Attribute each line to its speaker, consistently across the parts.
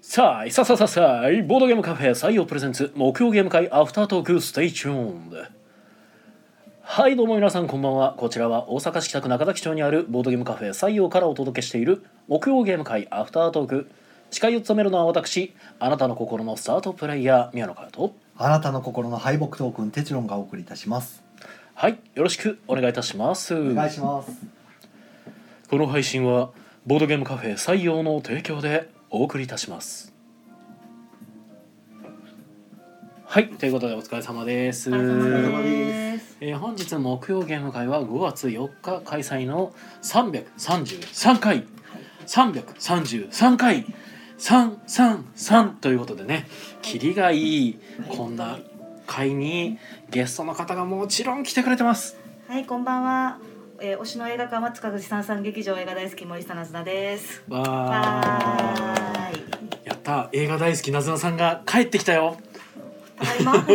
Speaker 1: さあ、さあさあさあさあ、ボードゲームカフェ採用プレゼンツ、木曜ゲーム会アフタートーク、ステイチューンド。はい、どうも皆さん、こんばんは。こちらは大阪市北区中崎町にあるボードゲームカフェ採用からお届けしている、木曜ゲーム会アフタートーク。司会を務めるのは私、あなたの心のスタートプレイヤー、宮野佳代と。
Speaker 2: あなたの心の敗北トークンテチロンがお送りいたします。
Speaker 1: はい、よろしくお願いいたします。
Speaker 2: お願いします。
Speaker 1: この配信は、ボードゲームカフェ採用の提供でお送りいたします。はい、ということでお疲れ様です。
Speaker 2: お疲れ様です。
Speaker 1: えー本日木曜ゲーム会は5月4日開催の333回333回333ということでねキリがいいこんな会にゲストの方がもちろん来てくれてます
Speaker 3: はい、こんばんは。えー、推しの映画館は塚口さんさん劇場映画大好き森下なずなです。
Speaker 1: わ
Speaker 3: はーい。
Speaker 1: ーやった映画大好きなずなさんが帰ってきたよ
Speaker 3: ただいま。ゴ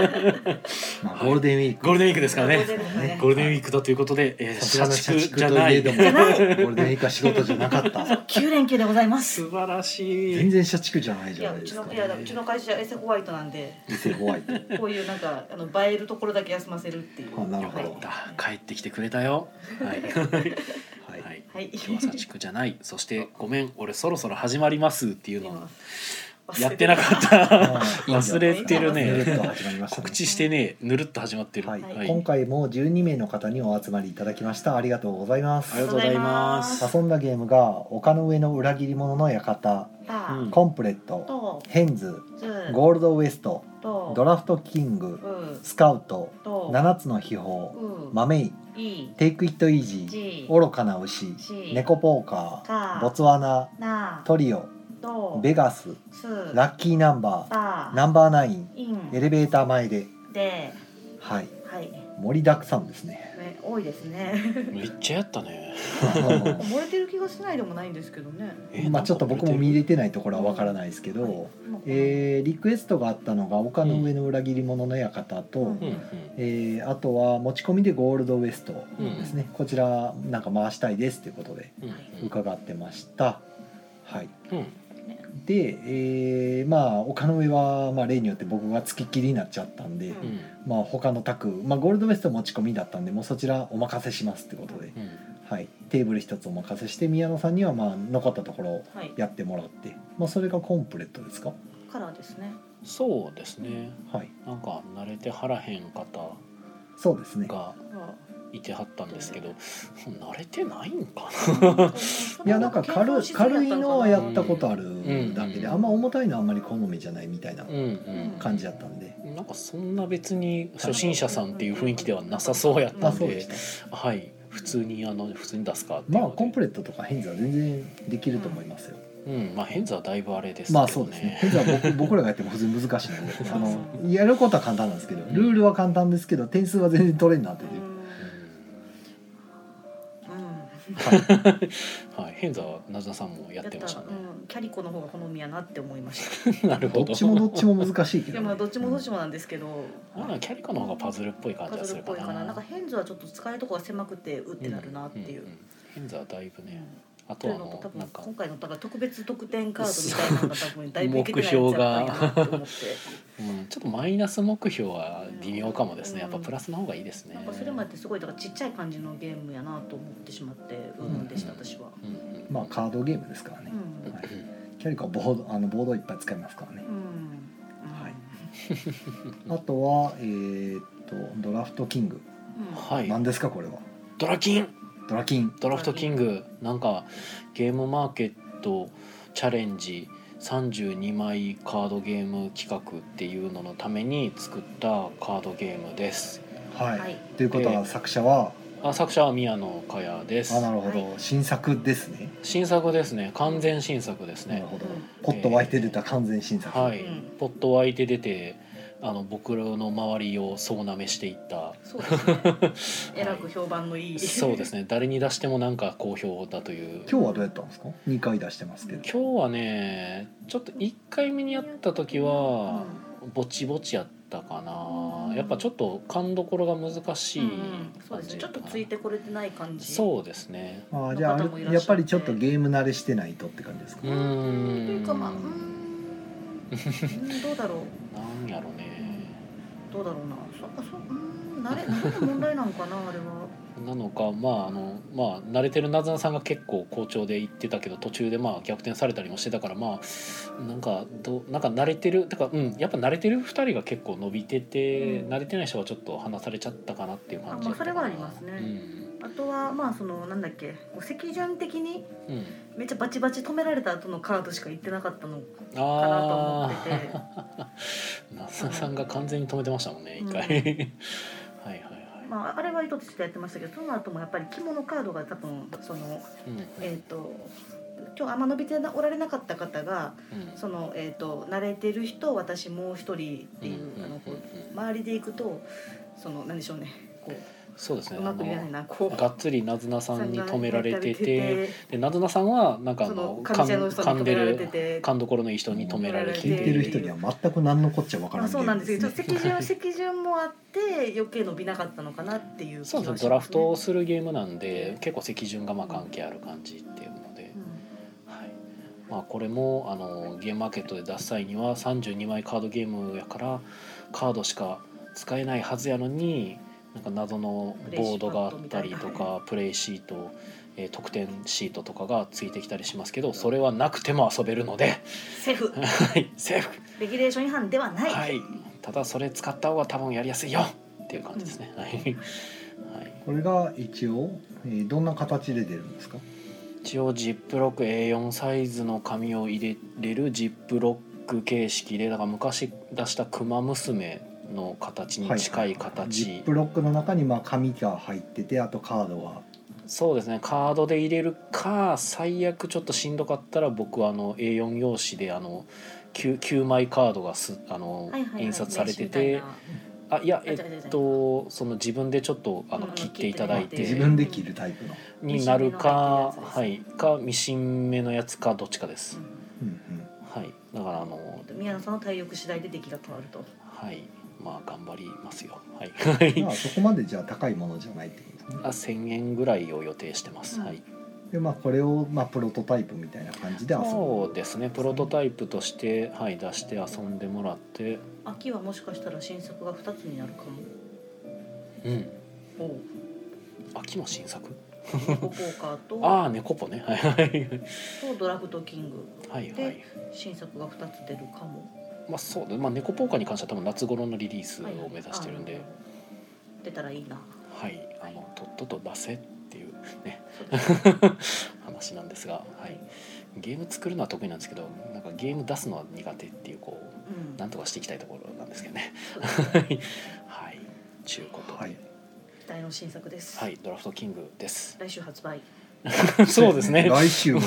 Speaker 1: はい
Speaker 2: まあ、ゴールデンウィーク。
Speaker 1: ゴールデンウィークですから
Speaker 3: ー
Speaker 1: ね
Speaker 3: ルデンウィークね
Speaker 1: ゴールデンウィークだということで、えー、
Speaker 2: さすが
Speaker 1: 社
Speaker 2: の社
Speaker 1: 畜
Speaker 2: 畜
Speaker 1: じゃ
Speaker 2: と
Speaker 1: ない
Speaker 2: え
Speaker 1: い
Speaker 2: ども、ゴールデンウィークは仕事じゃなかった。
Speaker 3: 九連休でございます。
Speaker 1: 素晴らしい
Speaker 2: 全然社畜じゃない
Speaker 3: い
Speaker 2: じゃ
Speaker 3: や、
Speaker 2: ないうで
Speaker 3: ち
Speaker 2: す
Speaker 3: の
Speaker 2: か
Speaker 3: い。やうちの会社エセホワイトなんで、
Speaker 2: 伊勢ホワイト。
Speaker 3: こういうなんかあの映えるところだけ休ませるっていう。
Speaker 2: あなる
Speaker 1: よ
Speaker 2: ほ
Speaker 1: か
Speaker 2: ど
Speaker 1: った帰ってきてくれたよはい、は
Speaker 2: はい。
Speaker 1: い、
Speaker 3: はい。
Speaker 1: 今日は幸子じゃないそしてごめん俺そろそろ始まりますっていうのを
Speaker 3: 忘れ
Speaker 1: やってなかった 忘れてる
Speaker 2: ぬるっと
Speaker 1: ね
Speaker 2: 始まりました、ね。
Speaker 1: 告知してねぬるっと始まってる、
Speaker 2: はい、
Speaker 3: はい
Speaker 2: 今回も12名の方にお集まりいただきました。ありがとうございます
Speaker 1: あり。がとうございます
Speaker 2: 遊んだゲームが丘の上の裏切り者の館、
Speaker 3: バ
Speaker 1: う
Speaker 3: ー
Speaker 1: ん
Speaker 2: コンプレット、
Speaker 3: と
Speaker 2: ヘンズ、
Speaker 3: ズー
Speaker 2: ゴールドウエスト、
Speaker 3: と
Speaker 2: ドラフトキング
Speaker 3: う、ー
Speaker 2: スカウト、
Speaker 3: と
Speaker 2: 七つの秘宝、
Speaker 3: う
Speaker 2: マメイ、
Speaker 3: いい
Speaker 2: テイクイットイージ
Speaker 3: じ
Speaker 2: ー、愚かな牛、
Speaker 3: し
Speaker 2: 猫ポーカ
Speaker 3: か
Speaker 2: ー、ボツワナ、
Speaker 3: な
Speaker 2: トリオ、
Speaker 3: と
Speaker 2: ベガス、
Speaker 3: す
Speaker 2: ラッキーナンバ
Speaker 3: バ
Speaker 2: ー、
Speaker 3: ー
Speaker 2: ナンバーナイン、
Speaker 3: イン
Speaker 2: エレベーター前で、
Speaker 3: で
Speaker 2: はい、
Speaker 3: はい。
Speaker 2: 盛りだくさんです ね。
Speaker 3: ね、多いですね。
Speaker 1: めっちゃやったね
Speaker 2: あの
Speaker 3: 漏れてる気がしないでもないんですけどね。
Speaker 1: えーな
Speaker 2: ま
Speaker 1: ん
Speaker 2: あ
Speaker 1: か
Speaker 2: ちょっと僕も見
Speaker 1: 売れ
Speaker 2: れてないところはわからないですけど、え
Speaker 3: え
Speaker 2: ーリクエストがあったのが丘の上の裏切り者の館と、
Speaker 3: うん
Speaker 1: てる
Speaker 2: えーあとは持ち込みでゴールドウエスト
Speaker 1: うんうん
Speaker 2: ですね、こちらなんか回したいですということで
Speaker 1: うん
Speaker 2: 伺ってました。はい
Speaker 1: うんうん
Speaker 2: で、えーまあ丘の上は、まあ、例によって僕が付きっきりになっちゃったんで、
Speaker 1: うん
Speaker 2: まあ他の卓、まあ、ゴールドベスト持ち込みだったんでもうそちらお任せしますってこと
Speaker 1: うん
Speaker 2: で、はい、テーブル一つお任せして宮野さんにはまあ残ったところを
Speaker 3: はい、
Speaker 2: やってもらって、まあ、それがコンプレットですか
Speaker 3: カラーですね。
Speaker 1: そうですね
Speaker 2: はい
Speaker 1: なんか慣れてはらへん方
Speaker 2: そうですね
Speaker 1: がいてはったんですけど慣れてないんか
Speaker 2: いやなんか軽い軽いのはや
Speaker 1: っ
Speaker 2: ったことあるだけで、
Speaker 1: うん
Speaker 2: あんま重たいのはあんまり好みじゃないみたいな
Speaker 1: なうんうん
Speaker 2: 感じだったんで、
Speaker 1: なんかそんな別に初心者さんっていう雰囲気ではなさそうやっ
Speaker 3: うん
Speaker 1: た
Speaker 2: あ
Speaker 1: ん
Speaker 2: そう
Speaker 1: で
Speaker 2: でした
Speaker 1: はい普通にあの普通に出すかっていう
Speaker 2: ま
Speaker 1: の
Speaker 2: あ
Speaker 1: で
Speaker 2: コンプレットとかヘンズは全然できると思いますよ、
Speaker 1: うんまあヘンズはだいぶあれですけど
Speaker 2: まあそうですね。実は 僕僕らがやっても普通に難しいので、あ
Speaker 3: そ
Speaker 2: のやることは簡単なんですけど、ルールは簡単ですけど点数は全然取れんなっていうう。
Speaker 3: ん、
Speaker 1: うんはいヘンズはなずなさんもやってましたね
Speaker 3: うん、キャリコの方が好みやなって思いまし た。
Speaker 1: なるほ
Speaker 2: ど
Speaker 1: ど
Speaker 2: っちもどっちも難しいけ
Speaker 3: い
Speaker 2: ど
Speaker 3: や
Speaker 2: ね、
Speaker 3: まあどっちもどっちもなんですけど、
Speaker 1: まあキャリカの方がパズルっぽい感じ
Speaker 3: カ
Speaker 1: が
Speaker 3: ズ
Speaker 1: す
Speaker 3: ルっ
Speaker 1: る
Speaker 3: ぽ
Speaker 1: か
Speaker 3: いかな。なん
Speaker 1: な
Speaker 3: かヘンズはちょっと使いどこが狭くてうってなるなっていう。
Speaker 1: んんんヘンズはだいぶねあ
Speaker 3: と
Speaker 1: と
Speaker 3: い
Speaker 1: は
Speaker 3: う
Speaker 1: あ
Speaker 3: のと多
Speaker 1: の
Speaker 3: 分
Speaker 1: なんか
Speaker 3: 今回のだから特別得点カードみたいなのが多分だいぶいけてない
Speaker 1: 目
Speaker 3: やつ
Speaker 1: 標
Speaker 3: や
Speaker 1: が
Speaker 3: ったんやな と
Speaker 1: う
Speaker 3: 思って。
Speaker 1: んちょっとマイナス目標は微妙かもですねやっぱプラスの方がいいですね
Speaker 3: なんかそれまですごいだからちっちゃい感じのゲームやなと思ってしまってうんでした私は。
Speaker 1: うんうん
Speaker 2: まあカードゲームですから
Speaker 3: う
Speaker 2: ね。
Speaker 3: ん。
Speaker 2: はいキャリコはボードあのボードいっぱい使いますからね
Speaker 3: う。ん。
Speaker 2: はいあとはえーっとドラフトキング。
Speaker 3: うん。
Speaker 1: はい
Speaker 2: 何ですかこれは？
Speaker 1: ドラキン
Speaker 2: ドラキン。
Speaker 1: ドラフトキングなんかゲームマーケットチャレンジ32枚カードゲーム企画っていうののために作ったカードゲームです。
Speaker 2: はい。
Speaker 3: はい
Speaker 2: ということ
Speaker 1: え
Speaker 2: は
Speaker 1: ー
Speaker 2: 作者は、
Speaker 1: あ作者は宮野佳也です
Speaker 2: あ。なるほど、
Speaker 3: は
Speaker 2: 新作ですね。
Speaker 1: 新作ですね完全新作です
Speaker 2: なる
Speaker 1: ね。
Speaker 2: ほど
Speaker 3: うん。
Speaker 2: ポッと湧いて出た完全新作。
Speaker 1: は
Speaker 2: はい。
Speaker 1: い、
Speaker 3: うん
Speaker 1: ポット湧いて出てあの僕らの周りを総なめしていった
Speaker 3: そうですね。えらく評判のいい。
Speaker 1: そうですね誰に出してもなんか好評だという
Speaker 2: 今日はどうやったんですか？二回出してますけど。
Speaker 1: 今日はねちょっと1回目にやった時はぼちぼちやったかな
Speaker 3: うん
Speaker 1: やっぱちょっと勘どころが難しい
Speaker 3: うん
Speaker 1: 感じ
Speaker 3: うん、そうですねちょっとついてこれてない感じ
Speaker 1: そうですね
Speaker 2: あーじゃああ
Speaker 3: の
Speaker 2: れ
Speaker 3: 方もいらっしゃ
Speaker 2: や
Speaker 3: って
Speaker 2: っぱりちょっとゲーム慣れしてないとって感じですか
Speaker 1: う
Speaker 3: うーんとい
Speaker 1: ーん
Speaker 3: うかまあうーんうんどうだろう
Speaker 1: なんやろね
Speaker 3: どうだろうなそっかそううーん慣れ慣れの問題なんかな あれは
Speaker 1: なのかまああのまあ慣れてるなずなさんが結構好調で言ってたけど途中でまあ逆転されたりもしてたからまあなんかどうなんか慣れてるてかうんやっぱ慣れてる2人が結構伸びてて、
Speaker 3: うん
Speaker 1: 慣れてない人はちょっと離されちゃったかなっていう感じ
Speaker 3: あまあそれはありますね
Speaker 1: うん
Speaker 3: あとはまあそのなんだっけこう席順的に
Speaker 1: うん、
Speaker 3: めっちゃバチバチ止められた後のカードしか言ってなかったのかなと思
Speaker 1: あ
Speaker 3: ってて
Speaker 1: あなずなさんが完全に止めてましたもんね一 回、はいはいはい、
Speaker 3: まあ、あれは一つしてやってましたけどその後もやっぱり着物カードが多分その
Speaker 1: うんうん
Speaker 3: えっ、と今日あんま伸びておられなかった方が
Speaker 1: うん
Speaker 3: その、えー、と慣れてる人私もう一人っていう
Speaker 1: うんうんうんうん
Speaker 3: あのこう周りでいくとその何でしょうねこ
Speaker 1: そうです
Speaker 3: う
Speaker 1: ね
Speaker 3: うまく見えないなこ
Speaker 1: あの
Speaker 3: う。
Speaker 1: がっつりなずなさんに止められてて
Speaker 3: さんが
Speaker 1: でなずなさんはなんかあ
Speaker 3: その
Speaker 1: の
Speaker 3: 上茶の人に
Speaker 1: 噛ん
Speaker 3: 止
Speaker 1: で
Speaker 3: められ
Speaker 1: る
Speaker 3: てて。
Speaker 1: 勘どころのいい人に止められて
Speaker 2: 聞いてる人には全く何のこっちゃわからな
Speaker 3: まあ、
Speaker 2: い
Speaker 3: そうなんですけど、席順、席順もあって、余計伸びなかったのかなっていう気
Speaker 1: そ
Speaker 3: が
Speaker 1: うですね
Speaker 3: しますね。
Speaker 1: ドラフトをするゲームなんで結構席順がまあ関係ある感じっていうので
Speaker 3: う、ん。
Speaker 1: はいまあ、これもあのゲームマーケットで出す際には32枚カードゲームやからカードしか使えないはずやのになんか謎のボードがあったりとかプレイシート、えー得点シートとかがついてきたりしますけどそれはなくても遊べるので、
Speaker 3: セーフ、
Speaker 1: はい、セーフ
Speaker 3: レギュレーション違反ではない。
Speaker 1: はい、ただそれ使った方が多分やりやすいよっていう感じですね。はい、はい、
Speaker 2: これが一応、えーどんな形で出るんですか
Speaker 1: 一応ジップロック A4 サイズの紙を入れれるジップロック形式でだから昔出した「クマ娘」の形に近い形、
Speaker 2: ジップロックの中にまあ紙が入っててあとカードが
Speaker 1: そうですねカードで入れるか最悪ちょっとしんどかったら僕はあの A4 用紙であの 9, 9枚カードがすあの、
Speaker 3: はいはいはい
Speaker 1: 印刷されてて。
Speaker 3: 名刺みたいな
Speaker 1: あいや
Speaker 3: あ
Speaker 1: え
Speaker 3: 違う違う違う
Speaker 1: っとその自分でちょっとあの
Speaker 3: うん
Speaker 1: 切っていただい
Speaker 3: え
Speaker 1: て
Speaker 3: ー
Speaker 2: 自分で切るタイプの、
Speaker 1: になるか、
Speaker 3: ミシン目の
Speaker 1: はい、かミシン目のやつかどっちかです、
Speaker 2: うん
Speaker 1: はいだからあの
Speaker 3: うん宮野さんの体力次第で出来が変わると。
Speaker 1: はいまあ頑張りますよは
Speaker 2: うん、
Speaker 1: い
Speaker 2: まあそこまでじゃあ高いものじゃないってことですね
Speaker 1: あ1000円ぐらいを予定してます、
Speaker 3: うん
Speaker 1: はい
Speaker 2: でまあこれをまあプロトタイプみたいな感じで遊ぶ
Speaker 1: そうですねプロトタイプとして、はい、出して遊んでもらって
Speaker 3: 秋はもしかしたら新作が二つになるかも。
Speaker 1: うん
Speaker 3: おう。
Speaker 1: 秋も新作
Speaker 3: 猫ポーカーと
Speaker 1: ああ猫ポねはいはい
Speaker 3: とドラフトキング
Speaker 1: はいは
Speaker 3: で
Speaker 1: い
Speaker 3: 新作が二つ出るかも。
Speaker 1: まあそうだまあ猫ポーカーに関しては多分夏頃のリリースを
Speaker 3: はい
Speaker 1: 目指してるんで、。
Speaker 3: あ出たらいい な。
Speaker 1: はい、あのとっとと出せっていうね話なんですが、はい、ゲーム作るのは得意なんですけどなんかゲーム出すのは苦手っていうこう
Speaker 3: うん。
Speaker 1: なんとかしていきたいところなんですけどね
Speaker 3: そうですね
Speaker 1: はいちゅうことで、は
Speaker 2: はいい
Speaker 3: 期待の新作です。。
Speaker 1: ドラフトキングです
Speaker 3: 来週発売。
Speaker 1: そうですね
Speaker 2: 来週は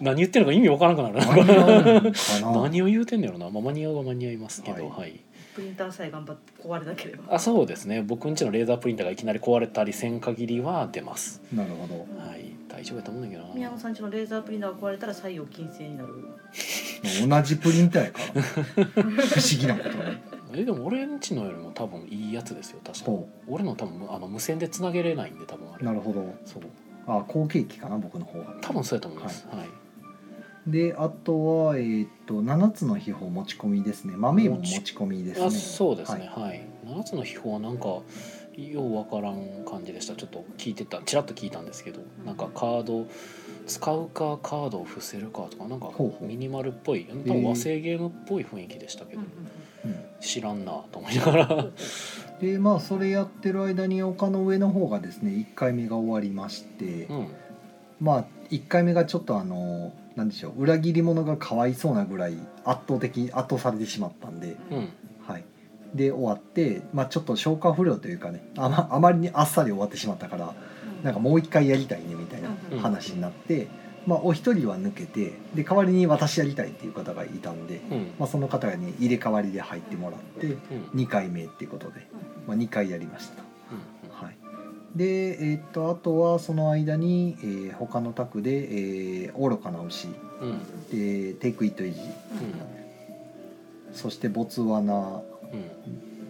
Speaker 2: な
Speaker 1: 何言ってるのか意味わからなくな
Speaker 2: 間
Speaker 1: る
Speaker 2: に合うのかな
Speaker 1: 何を言うてんのやろな、まあ、間に合うは間に合いますけど、
Speaker 2: は
Speaker 1: はい
Speaker 2: い
Speaker 3: プリンターさえ頑張って壊れなければ。
Speaker 1: あそうですね僕んちのレーザープリンターがいきなり壊れたりせん限りは出ます、
Speaker 2: なるほど
Speaker 1: はい、大丈夫だと思うんだけどな
Speaker 3: 宮野さんちのレーザープリンターが壊れたら採用禁制になる。
Speaker 2: 同じプリンターやから不思議なことね
Speaker 1: えでも俺んちのよりも多分いいやつですよ確かに
Speaker 2: ほ
Speaker 1: 俺の多分あの無線でつなげれないんで多分あ
Speaker 2: う
Speaker 1: れ
Speaker 2: なるほど
Speaker 1: そう
Speaker 2: あ後継機かな僕の方は
Speaker 1: 多分そうやと思いますはい、
Speaker 2: であとはえーっと7つの秘宝持ち込みですね豆も持ち込みですね
Speaker 1: あそうですね
Speaker 2: はい
Speaker 1: はい、7つの秘宝はなんかようわからん感じでしたちょっと聞いてたちらっと聞いたんですけどなんかカード使うかカードを伏せるかとかなんか
Speaker 2: ほうほう
Speaker 1: ミニマルっぽい多
Speaker 2: へ
Speaker 1: 分
Speaker 2: え
Speaker 1: 和製ゲームっぽい雰囲気でしたけ
Speaker 3: うん
Speaker 1: ど
Speaker 3: うん
Speaker 2: うん
Speaker 1: 知らんなと思いながら
Speaker 2: でまあそれやってる間に丘の上の方がですね1回目が終わりまして、
Speaker 1: うん
Speaker 2: まあ1回目がちょっとあのなんでしょう裏切り者がかわいそうなぐらい圧倒的圧倒されてしまったんで、
Speaker 1: うん
Speaker 2: はい、で終わって、まあ、ちょっと消化不良というかねあまあまりにあっさり終わってしまったからなんかもう一回やりたいねみたいな
Speaker 3: うん
Speaker 2: 話になって、まあ、お一人は抜けてで代わりに私やりたいっていう方がいたんで、
Speaker 1: うん
Speaker 2: まあ、その方に入れ替わりで入ってもらって
Speaker 1: うん
Speaker 2: 2回目っていうことで、まあ、2回やりました。
Speaker 1: うん
Speaker 2: はい、で、えーっとあとはその間に、えー他の卓で、えー愚かな牛」
Speaker 1: うんうん
Speaker 2: で「テイクイットイージー
Speaker 1: うん」
Speaker 2: そして「ボツワナ」
Speaker 1: うん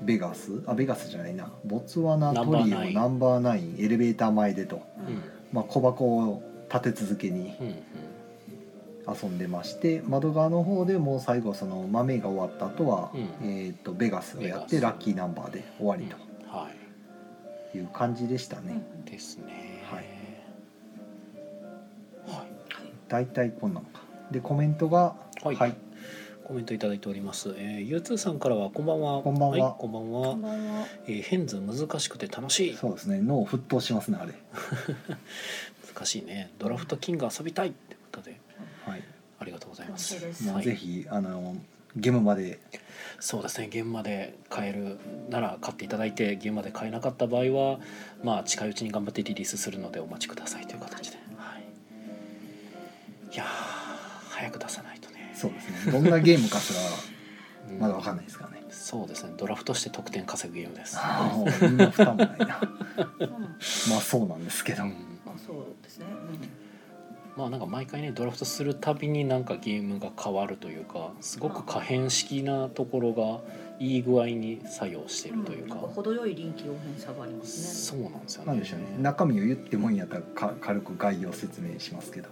Speaker 2: ベガスあベガスじゃないなボツワナトリオ
Speaker 1: ナンバーナイン
Speaker 2: ナンバーナインエレベーター前でと、まあ、小箱を立て続けに
Speaker 1: うんうん
Speaker 2: 遊んでまして窓側の方でもう最後その豆が終わった後は、
Speaker 1: うん
Speaker 2: えっ、とベガスをやって
Speaker 1: ベガ
Speaker 2: ラ
Speaker 1: ス
Speaker 2: ッキーナンバーで終わり
Speaker 1: うんはい
Speaker 2: という感じでしたね、
Speaker 1: ですね
Speaker 2: はい
Speaker 1: はい
Speaker 2: 大体こんなんかでコメントが
Speaker 1: はいコメントいただいております。えー、ゆうつーさんからはこんばんは。
Speaker 2: こんばんはい
Speaker 1: こんばん
Speaker 3: こ
Speaker 1: は
Speaker 3: ん。ばんは。
Speaker 1: えー、ヘンズ難しくて楽しい。
Speaker 2: そうですね脳沸騰しますねあれ
Speaker 1: 難しいね。ドラフトキング遊びたいってことで
Speaker 2: はい
Speaker 1: ありがとうございます。
Speaker 3: 楽しいです
Speaker 2: も
Speaker 1: は
Speaker 2: うぜ
Speaker 1: い。
Speaker 2: ひあのゲームまで
Speaker 1: そうですね。現場で買えるなら買っていただいて、現場で買えなかった場合はまあ近いうちに頑張ってリリースするのでお待ちくださいという形で。はい。いやー早く出さないとね。
Speaker 2: そうですねどんなゲームかすら
Speaker 1: うん
Speaker 2: まだわかんないですからね
Speaker 1: そうですね。ドラフトして得点稼ぐゲームです。
Speaker 2: ああもう身も蓋もないな
Speaker 3: うん
Speaker 2: まあそうなんですけ
Speaker 1: う
Speaker 2: ど
Speaker 1: ん
Speaker 3: あ、そうですね。うん
Speaker 1: まあなんか毎回ねドラフトするたびになんかゲームが変わるというかすごく可変式なところがいい具合に作用しているというか、
Speaker 3: なんか程よい臨機応変さがありますね。
Speaker 1: そうなんですよね。
Speaker 2: なんでしょうね中身を言ってもいいんやったらか軽く概要説明しますけど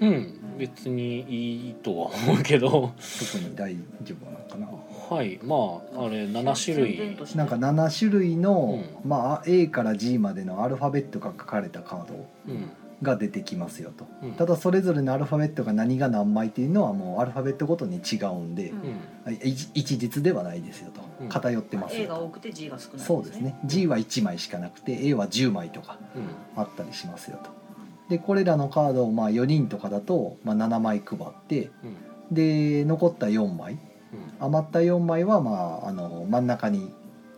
Speaker 1: うん別にいいとは思うけど
Speaker 2: 特に大丈夫なのかな
Speaker 1: はいまああれ7種
Speaker 3: 宣伝
Speaker 1: 類
Speaker 3: として
Speaker 2: なんか7種類の、
Speaker 1: う
Speaker 2: まあ、A から G までのアルファベットが書かれたカード
Speaker 1: うん
Speaker 2: が出てきますよと、
Speaker 1: うん
Speaker 2: ただそれぞれのアルファベットが何が何枚っていうのはもうアルファベットごとに違うんで、
Speaker 3: うん
Speaker 2: 一一律ではないですよと、
Speaker 1: うん
Speaker 2: 偏ってます
Speaker 3: A
Speaker 2: よ
Speaker 3: が多
Speaker 2: と、
Speaker 3: くて G が少ない、
Speaker 2: そうですね G は1枚しかなくて A は10枚とか
Speaker 1: うん
Speaker 2: あったりしますよとでこれらのカードをまあ4人とかだとまあ7枚配って
Speaker 1: うん
Speaker 2: で残った4枚余った4枚はまああの真ん中に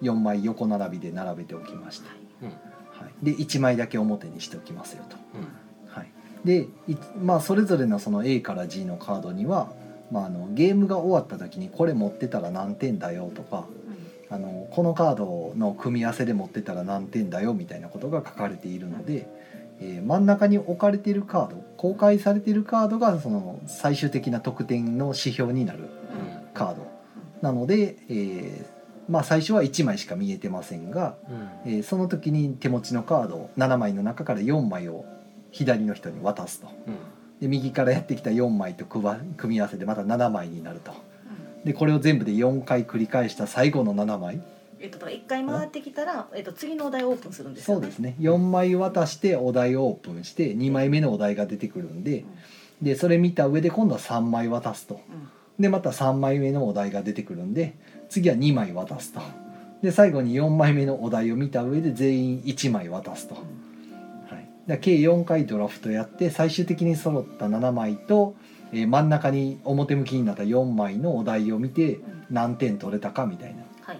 Speaker 2: 4枚横並びで並べておきまして、
Speaker 1: うん
Speaker 2: はい、で1枚だけ表にしておきますよと、
Speaker 1: うん
Speaker 2: はい、でいまあそれぞれのその A から G のカードには、まあ、あのゲームが終わった時にこれ持ってたら何点だよとか
Speaker 3: うん
Speaker 2: あのこのカードの組み合わせで持ってたら何点だよみたいなことが書かれているので、えー真ん中に置かれているカード公開されているカードがその最終的な得点の指標になる
Speaker 1: うん
Speaker 2: カードなので、えーまあ、最初は1枚しか見えてませんが、え
Speaker 1: う
Speaker 2: ーその時に手持ちのカードを7枚の中から4枚を左の人に渡すと
Speaker 1: ん
Speaker 2: で右からやってきた4枚と組わ組み合わせてまた7枚になると
Speaker 3: うん
Speaker 2: でこれを全部で4回繰り返した最後の7枚
Speaker 3: えっとだから一回回ってきたら、えっと次のお題をオープンするんです
Speaker 2: そ
Speaker 3: よ
Speaker 2: う
Speaker 3: ね。
Speaker 2: ですね4枚渡してお題をオープンして2枚目のお題が出てくるんででそれ見た上で今度は3枚渡すと
Speaker 3: うん。
Speaker 2: でまた3枚目のお題が出てくるんで次は2枚渡すとで最後に4枚目のお題を見た上で全員1枚渡すと、はい、だから計4回ドラフトやって最終的に揃った7枚と、えー真ん中に表向きになった4枚のお題を見て
Speaker 3: うん
Speaker 2: 何点取れたかみたいな
Speaker 3: はい。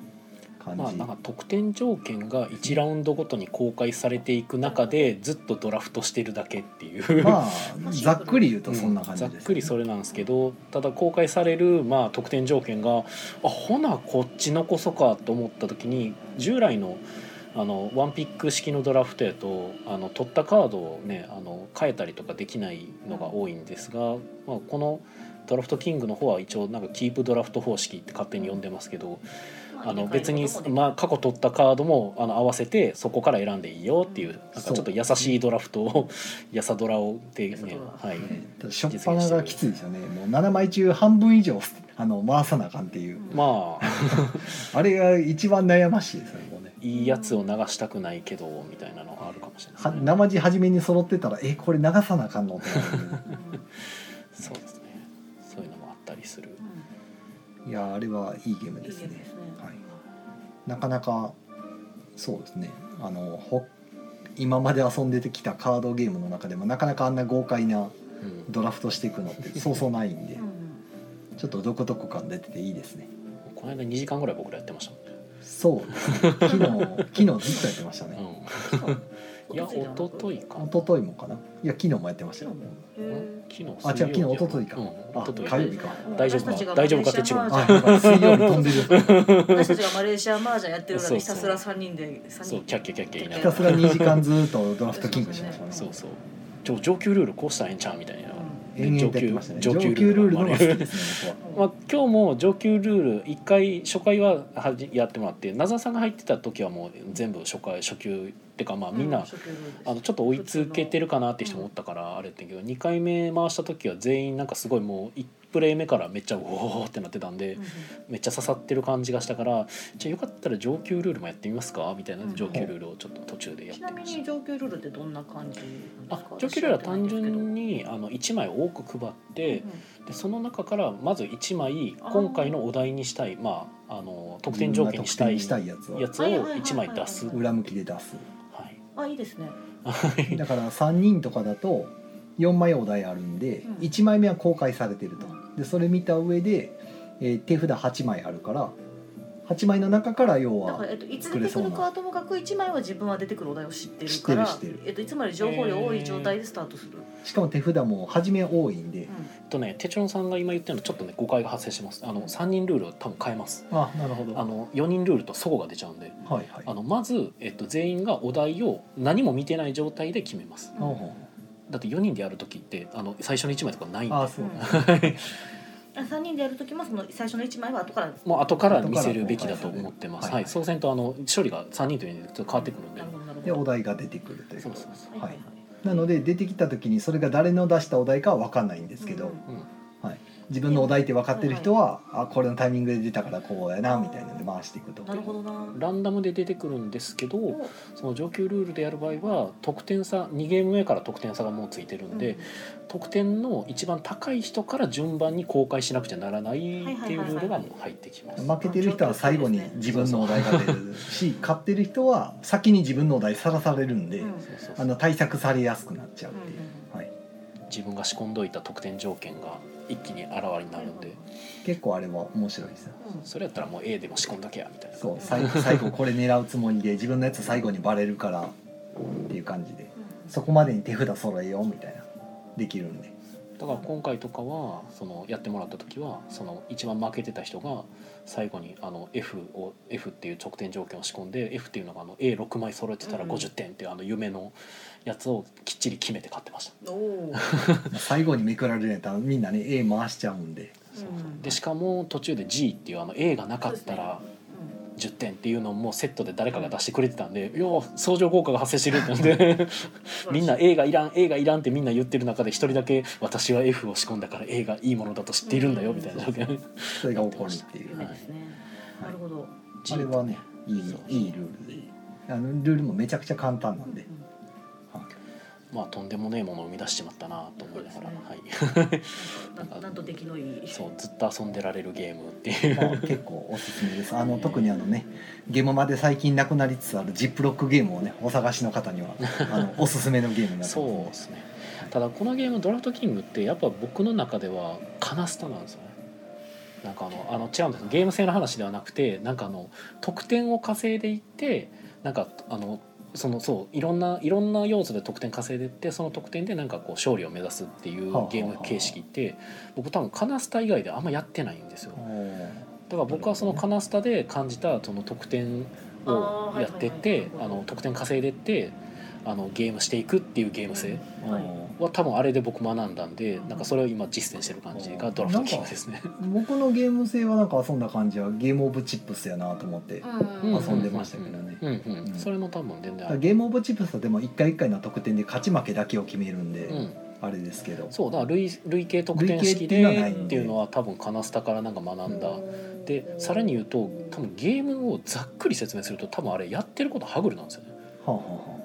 Speaker 2: 感
Speaker 1: まあ、
Speaker 2: じ、
Speaker 1: なんか得点条件が1ラウンドごとに公開されていく中でずっとドラフトしてるだけっていう
Speaker 2: まあざっくり言うとそんな感じです、
Speaker 1: ざっくりそれなんですけどただ公開される、まあ、得点条件があほなこっちのこそかと思った時に従来のあのワンピック式のドラフトやとあの取ったカードをねあの変えたりとかできないのが多いんですが、まあ、このドラフトキングの方は一応なんかキープドラフト方式って勝手に呼んでますけどあの別に、まあ、過去取ったカードもあの合わせてそこから選んでいいよっていうなんかちょっと優しいドラフトをやさドラをで、ねはい、
Speaker 2: ねただしょっぱながきついですよねもう7枚中半分以上あの回さなあかんっていう、
Speaker 3: うん
Speaker 1: まあ
Speaker 2: あれが一番悩ましいですよねもうね
Speaker 1: いいやつを流したくないけどみたいなのがあるかもしれ
Speaker 2: は
Speaker 1: ない
Speaker 2: 生地初めに揃ってたらえこれ流さなあかんのってな
Speaker 3: うん
Speaker 1: そうですねそういうのもあったりする
Speaker 2: るいやあれはいいゲー
Speaker 3: う
Speaker 2: ム
Speaker 3: んいい
Speaker 2: で
Speaker 3: ですす
Speaker 2: ね
Speaker 3: ね。
Speaker 2: はい、なかなかそうですねあのほ今まで遊んできたカードゲームの中でもなかなかあんな豪快な
Speaker 1: うん
Speaker 2: ドラフトしていくのってそうそうないんで
Speaker 3: うん
Speaker 2: ちょっと独特感出てていいですね
Speaker 1: この間2時間ぐらい僕らやってましたもんね
Speaker 2: そうですね昨日昨日ずっとやってましたね
Speaker 1: うんいや一昨日かな
Speaker 2: 一昨日もかないや昨日もやってましたよ
Speaker 3: 昨日もへ
Speaker 1: 昨日
Speaker 2: あ違う昨日
Speaker 1: 水曜日
Speaker 2: 一昨日か
Speaker 1: うん
Speaker 2: あ
Speaker 1: 一昨日
Speaker 2: 火曜日か
Speaker 3: え
Speaker 1: 大丈夫か
Speaker 3: 私たちが
Speaker 1: 大丈夫かって違う
Speaker 2: あやばい水曜日飛んでる
Speaker 3: 私たちがマレーシアマージャンやってる裏でひたすら三人で三
Speaker 1: そう
Speaker 3: 人
Speaker 1: キャッキャキャッキャ言いな
Speaker 2: ひ
Speaker 1: が
Speaker 2: た
Speaker 1: ら
Speaker 2: すら2時間ずっとドラフトキングしましたね
Speaker 1: そうそうちょ上級ルールこうしたらええんちゃうみたいな
Speaker 3: うん
Speaker 2: 延々とやってましたね
Speaker 1: 上
Speaker 2: 上
Speaker 1: 級
Speaker 2: 級ルールの方が好きですね僕は
Speaker 1: まあ、今日も上級ルール1回初回ははじやってもらって名澤さんが入ってた時はもう全部初回初級ってかまあみんな、あのちょっと追いつけてるかなって人もおったからあれやってんけど2回目回した時は全員なんかすごいもう1プレイ目からめっちゃおおってなってたんで
Speaker 3: うんうん
Speaker 1: めっちゃ刺さってる感じがしたからじゃあよかったら上級ルールもやってみますかみたいな
Speaker 3: うん
Speaker 1: 上級ルールをちょっと途中でやっ
Speaker 3: ち
Speaker 1: て
Speaker 3: なみ
Speaker 1: まし
Speaker 3: に
Speaker 1: た。
Speaker 3: 上級ルールってどんな感じなんです
Speaker 1: あ
Speaker 3: か
Speaker 1: 上級ルールは単純にあの1枚多く配って、
Speaker 3: うん
Speaker 1: でその中からまず1枚
Speaker 3: あー
Speaker 1: 今回のお題にしたいまああの得点条件にし
Speaker 2: 自分
Speaker 1: た
Speaker 2: が得点
Speaker 1: い
Speaker 2: にした
Speaker 1: や
Speaker 2: いやつを
Speaker 1: つを1枚出す。は
Speaker 3: は
Speaker 1: いい
Speaker 2: 裏向きで 出す
Speaker 3: あいいですね
Speaker 2: だから3人とかだと4枚お題あるんで、
Speaker 3: うん
Speaker 2: 1枚目は公開されてると
Speaker 3: う
Speaker 2: でそれ見た上で、えー手札8枚あるから8枚の中から要
Speaker 3: だか
Speaker 2: は
Speaker 3: ら、えっと、いつ
Speaker 2: 作
Speaker 3: 出
Speaker 2: れ
Speaker 3: てく
Speaker 2: そうな
Speaker 3: るかはともかく1枚は自分は出てくるお題を知ってるから
Speaker 2: 知ってる知って
Speaker 3: えっと、いつまで情報量多い状態でスタートする、
Speaker 2: しかも手札も初め多いんで
Speaker 3: う、ん
Speaker 1: えっとねテチロンさんが今言ってるのちょっとね誤解が発生します。あ
Speaker 3: う
Speaker 1: の
Speaker 3: ん
Speaker 1: 3人ルールを多分変えます。
Speaker 2: あなるほど
Speaker 1: あの4人ルールと齟齬が出ちゃうんで。
Speaker 2: はいはい
Speaker 1: あのまず、えっと、全員がお題を何も見てない状態で決めます
Speaker 2: ほうほ
Speaker 1: だって4人でやる時ってあの最初の1枚とかないん
Speaker 2: う
Speaker 1: で
Speaker 2: あそう、
Speaker 3: あ3人でやる時もその最初の1枚は後から
Speaker 1: もう後から見せるべきだと思ってます、
Speaker 2: 後
Speaker 1: は
Speaker 2: から公開されるはいい
Speaker 1: そうせんとあの処理が3人というのでちょっと変わってくるんで、
Speaker 3: なるほどなる
Speaker 2: でお
Speaker 3: ほど
Speaker 2: 題が出てくるという
Speaker 1: そうそうそう
Speaker 3: はいはいはい
Speaker 2: なので出てきた時にそれが誰の出したお題かは分かんないんですけど、
Speaker 3: うん
Speaker 1: うん
Speaker 2: 自分のお題って分かってる人は、あこれのタイミングで出たからこうやなみたいなので回していくと
Speaker 3: なるほどな
Speaker 1: ランダムで出てくるんですけど、
Speaker 3: お
Speaker 1: その上級ルールでやる場合は得点差2ゲーム目から得点差がもうついてるんで、得点の一番高い人から順番に公開しなくちゃならないっていうルールがもう入ってきます。
Speaker 2: 負けてる人は最後に自分のお題が出るし勝ってる人は先に自分のお題さらされるんで、
Speaker 3: うん
Speaker 1: そうそうそ
Speaker 2: あ
Speaker 1: う
Speaker 2: の対策されやすくなっちゃうっていう、
Speaker 3: う
Speaker 2: はい、
Speaker 1: 自分が仕込んどいた得点条件が一気に現れになるんで、
Speaker 2: 結構あれは面白いですよ
Speaker 3: うん
Speaker 1: それやったらもう A でも仕込んだけやみたいな。
Speaker 2: そう最最後これ狙うつもりで自分のやつ最後にバレるからっていう感じでそこまでに手札揃えようみたいなできるんで
Speaker 1: だから今回とかはそのやってもらった時はその一番負けてた人が最後にあの F を F っていう直点条件を仕込んで F っていうのがあの A6 枚揃えてたら
Speaker 3: うんうん
Speaker 1: 50点っていうあの夢のやつをきっちり決めて勝ってました。
Speaker 3: おおー
Speaker 2: まあ最後にめくられるんやったらみんなね A 回しちゃうんで
Speaker 1: そうそう
Speaker 3: うん
Speaker 1: でしかも途中で G っていうあの A がなかったら
Speaker 3: う
Speaker 1: 10点っていうのもセットで誰かが出してくれてたんで「よう相乗効果が発生してる」ってなんで
Speaker 3: ん
Speaker 1: みんな A がいらん A がいらんってみんな言ってる中で一人だけ「私は F を仕込んだから A がいいものだと知っているんだよ」みたいな状況
Speaker 2: それが起こるっていう
Speaker 3: 夢ですねなるほど
Speaker 2: あれはねいいいいルールであのルールもめちゃくちゃ簡単なんで、
Speaker 3: うん
Speaker 2: はい
Speaker 1: まあとんでもねえものを生み出しちまったなと思いながら、 はい、
Speaker 3: なんかなんと出来のいい
Speaker 1: そうずっと遊んでられるゲームっていう
Speaker 2: まあ、結構おすすめです あの特にあのねゲームまで最近なくなりつつあるジップロックゲームをねお探しの方には あのおすすめのゲームになって
Speaker 1: そう
Speaker 2: ま
Speaker 1: ですすねただこのゲーム「ドラフトキング」ってやっぱ僕の中ではカナスタなんですよねなんかあのあの違うんですゲーム性の話ではなくてなんかあの得点を稼いでいってなんかあのそのそういろんないろんな要素で得点稼いでいってその得点でなんかこう勝利を目指すっていう
Speaker 2: はあはあ
Speaker 1: ゲーム形式って僕多分カナスタ以外であんまやってないんですよ
Speaker 2: ねお
Speaker 1: だから僕はそのカナスタで感じたその得点をやってっ
Speaker 3: あーはいはいはいな
Speaker 1: て
Speaker 3: るほど
Speaker 1: あの得点稼いでってあのゲームしていくっていうゲーム性
Speaker 2: ー
Speaker 3: はい
Speaker 2: お
Speaker 1: は多分あれで僕学んだんでなんかそれを今実践してる感じがドラフトキングですね。
Speaker 2: ー僕のゲーム性はなんか遊んだ感じはゲームオブチップスやなと思って、だか
Speaker 3: うん
Speaker 2: 遊んでましたけどね
Speaker 1: うんうん
Speaker 2: うん
Speaker 1: それも多分全然あ
Speaker 2: ら
Speaker 1: る。
Speaker 2: ゲームオブチップスはでも一回一回の得点で勝ち負けだけを決めるんで、
Speaker 1: うん、
Speaker 2: あれですけど
Speaker 1: そうだから類累計得点式で
Speaker 2: 累計っていうのはないんで
Speaker 1: っていうのは多分カナスタからなんか学んだ、でさらに言うと多分ゲームをざっくり説明すると多分あれやってることハグルなんですよね
Speaker 2: はあは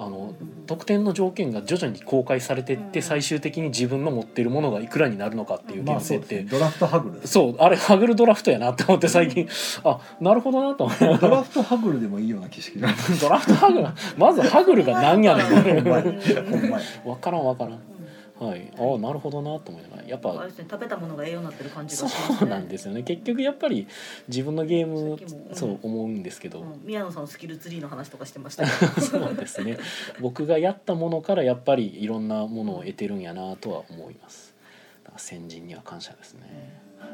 Speaker 1: あの得点の条件が徐々に公開されてって
Speaker 3: うん
Speaker 1: 最終的に自分の持ってるものがいくらになるのかってい
Speaker 2: あ
Speaker 1: う
Speaker 2: は
Speaker 1: ゲーム
Speaker 2: あ、まあそ
Speaker 1: 性っ
Speaker 2: うです
Speaker 1: て
Speaker 2: ねドラフトハグルです
Speaker 1: そうあれハグルドラフトやなと思って最近あなるほどなと思って
Speaker 2: ドラフトハグルでもいいような景色だ
Speaker 1: ドラフトハグルまずハグルが何やねん
Speaker 3: うん
Speaker 2: ほんまに
Speaker 3: うん
Speaker 2: ほんまに
Speaker 1: 分からん分からん
Speaker 3: う
Speaker 1: はいああなるほどなと思いながらやっ
Speaker 3: んあれ
Speaker 1: ぱ
Speaker 3: ですね食べたものが栄養になってる感じがしますね
Speaker 1: そうなんですよね結局やっぱり自分のゲーム
Speaker 3: 最近も
Speaker 1: そう思うんですけ
Speaker 3: う
Speaker 1: ど
Speaker 3: ん宮野さんのスキルツリーの話とかしてましたけ
Speaker 1: そうなんですね僕がやったものからやっぱりいろんなものを得てるんやなとは思いますだから先人には感謝ですね
Speaker 3: ど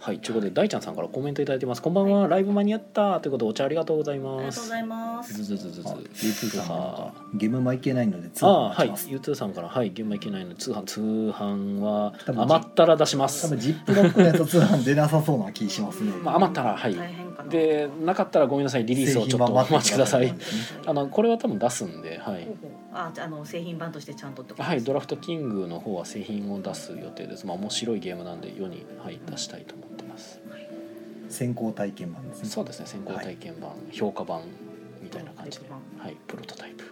Speaker 1: はいということで大ちゃんさんからコメントいただいてますこんばんは、ライブ間に合ったということでお茶ありがとうござい
Speaker 3: あり
Speaker 1: ま
Speaker 3: がとうご
Speaker 1: す
Speaker 3: ざいます。
Speaker 1: ずずずずず
Speaker 2: あ U2 さん
Speaker 1: あ
Speaker 2: はゲームマいけないので通
Speaker 1: あ
Speaker 2: 販
Speaker 1: は
Speaker 2: し
Speaker 1: い
Speaker 2: ます、
Speaker 1: U2 さんからはい現場いけないので通販通販は
Speaker 2: 多分
Speaker 1: 余ったら出しま
Speaker 2: 多
Speaker 1: す
Speaker 2: 分ジップロックのやつは通販出なさそうな気しますね
Speaker 1: まあ余ったらはい
Speaker 3: 大変かな。
Speaker 1: でなかったらごめんなさいリリースをちょっとお待ちくださいあのこれは多分出すんではい
Speaker 3: あ、じゃああの製品版としてちゃんとってこと
Speaker 1: はい、ドラ
Speaker 3: フ
Speaker 1: フトキングの方は製品を出す予定です。まあ面白いゲームなんで世に、はい、出したいと思ってます。
Speaker 2: 先行体験版ですね
Speaker 1: そうですね、先行体験版、評価版みたいな感じで
Speaker 3: プロトタイ、
Speaker 1: はい、プロトタイプ。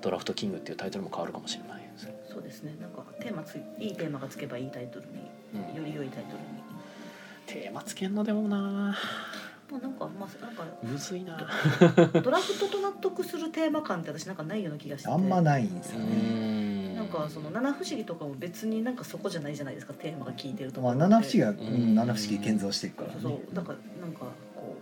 Speaker 1: ドラフトキングっていうタイトルも変わるかもしれないですね。
Speaker 3: そうですね。なんかテーマついいテーマがつけばいいタイトルに、
Speaker 1: うん
Speaker 3: より良いタイトルに。
Speaker 1: テーマつけんのでもなあ、
Speaker 3: もうなんかまあなんか
Speaker 1: むずいなあ。
Speaker 3: ドラフトと納得するテーマ感って私なんかないような気がしてて。
Speaker 2: あんまないんです
Speaker 1: うー
Speaker 2: よね
Speaker 1: ん
Speaker 3: なんかその七不思議とかも別になんかそこじゃないじゃないですかテーマが効いてると
Speaker 2: ま
Speaker 3: ころ
Speaker 2: あ
Speaker 3: っ
Speaker 2: 七不
Speaker 3: て
Speaker 2: 思議は、う
Speaker 1: うん
Speaker 2: ん、七不思議建造していくからね
Speaker 3: そうなんかなんかこ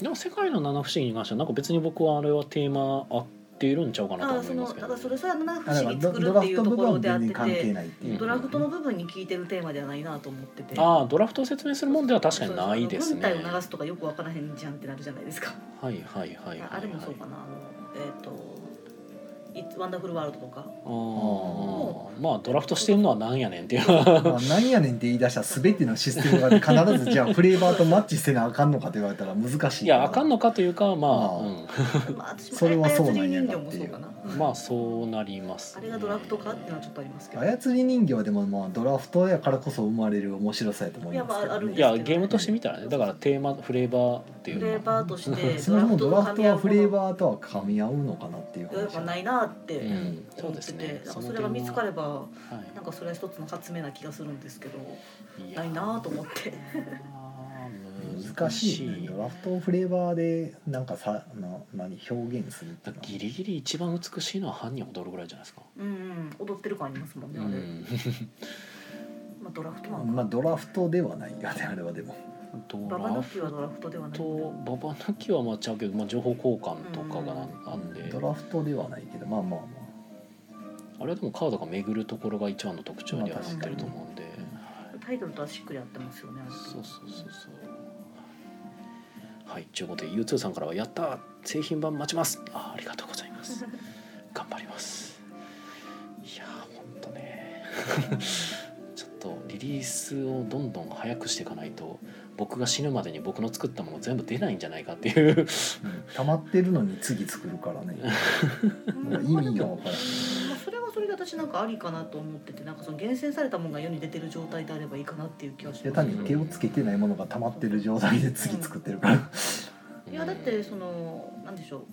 Speaker 1: でも世界の七不思議に関してはなんか別に僕はあれはテーマ合っているんちゃうか
Speaker 3: う、う、
Speaker 1: なんと
Speaker 3: あ
Speaker 1: は
Speaker 3: あ
Speaker 1: 思
Speaker 3: そ
Speaker 1: いま
Speaker 3: の
Speaker 1: すけ
Speaker 3: だ
Speaker 1: ど、
Speaker 3: からそ
Speaker 1: ね
Speaker 3: れ。さ七
Speaker 2: だか
Speaker 3: 不思
Speaker 2: ら
Speaker 3: 議
Speaker 2: ド
Speaker 3: 作る
Speaker 2: ド
Speaker 3: っ
Speaker 2: ラ
Speaker 3: て
Speaker 2: フ
Speaker 3: いう
Speaker 2: ト
Speaker 3: と
Speaker 2: 部分
Speaker 3: ころ
Speaker 2: は
Speaker 3: であっ
Speaker 2: 全
Speaker 3: て
Speaker 2: 然関係
Speaker 3: て
Speaker 2: ないっていううん
Speaker 3: ドラフトの部分に効いてるテーマではないなと思ってて
Speaker 1: ああドラフトを説明するもんでは確かにないですね。
Speaker 3: そうそう軍隊を流すとかよくわからへんじゃんってなるじゃないですか。
Speaker 1: はいはいはいはい、はい。
Speaker 3: ああれもそうかな。あのえっ、と、いワンダフルワールドと か。
Speaker 1: あーまあドラフトしてるのはなんやねんっていう
Speaker 2: まあ、なんやねんって言い出したら全てのシステムが必ずじゃあフレーバーとマッチせなあかんのかと言われたら難しい
Speaker 1: いやあかんのかというかまあ、
Speaker 2: あ
Speaker 3: まあ私も
Speaker 2: それはそうなんや
Speaker 3: 人
Speaker 2: なっ
Speaker 3: 形も
Speaker 2: て
Speaker 3: そ
Speaker 2: いう
Speaker 3: うかな。
Speaker 1: うんまあそうなります、
Speaker 3: あれがドラフトかっていうのはちょっとありますけど。
Speaker 2: 操り人形はでもまあドラフトやからこそ生まれる面白さやと思いますけ
Speaker 3: いやまああ
Speaker 2: ど、
Speaker 3: るん
Speaker 2: ね
Speaker 1: いやゲームとして見たらねだからテーマフレーバーってい
Speaker 3: フ
Speaker 1: う
Speaker 3: レーバーとし て
Speaker 2: そもそもドラフトはフレー
Speaker 3: ー
Speaker 2: バーとは噛み合うのかなっていう
Speaker 3: やっ
Speaker 2: 話
Speaker 3: ぱないなって
Speaker 1: う
Speaker 3: 思
Speaker 1: んそう
Speaker 3: っ
Speaker 1: です
Speaker 3: て
Speaker 1: ね
Speaker 3: て、だからそれが見つかれば
Speaker 1: は
Speaker 3: なんかそれは一つの発明な気がするんですけど、
Speaker 1: いいや
Speaker 3: ないなと思って。
Speaker 1: あー
Speaker 2: 難しい、ね、ドラフトをフレーバーでなんかさな何表現するっていうのは
Speaker 1: ギリギリ一番美しいのは犯人踊るぐらいじゃないですか、
Speaker 3: うんうん、踊ってる感ありますもんね。あ
Speaker 1: う
Speaker 3: れ
Speaker 1: ん
Speaker 3: まあドラフトなのかな
Speaker 2: まあドラフトではないよねあれはでも
Speaker 1: ド
Speaker 3: ババ抜
Speaker 1: ラ
Speaker 3: き
Speaker 1: フ
Speaker 3: はドラフトではない
Speaker 1: トババ抜きはまあちゃうけど、まあ、情報交換とかがあんで、
Speaker 2: ドラフトではないけどまあまあま
Speaker 1: あれはでもカードが巡るところが一番の特徴にはなってると思うんで、
Speaker 3: タイトルとはしっくり合ってますよね。
Speaker 1: そうそうそうそうはいということで U2 さんからは「やったー製品版待ちますあー」ありがとうございます頑張りますいやーほんとね ちょっとリリースをどんどん早くしていかないと僕が死ぬまでに僕の作ったもの全部出ないんじゃないかっていう
Speaker 2: あ、うん溜まってるのに次作るからね意味が分からない
Speaker 3: まあそれはそれで私なんかありかなと思っててなんかその厳選されたものが世に出てる状態であればいいかなっていう気はし
Speaker 2: で
Speaker 3: ま
Speaker 2: 単
Speaker 3: す
Speaker 2: に手をつけてないものが溜まってる状態で次作ってるから、
Speaker 3: いやだってそのなんでしょ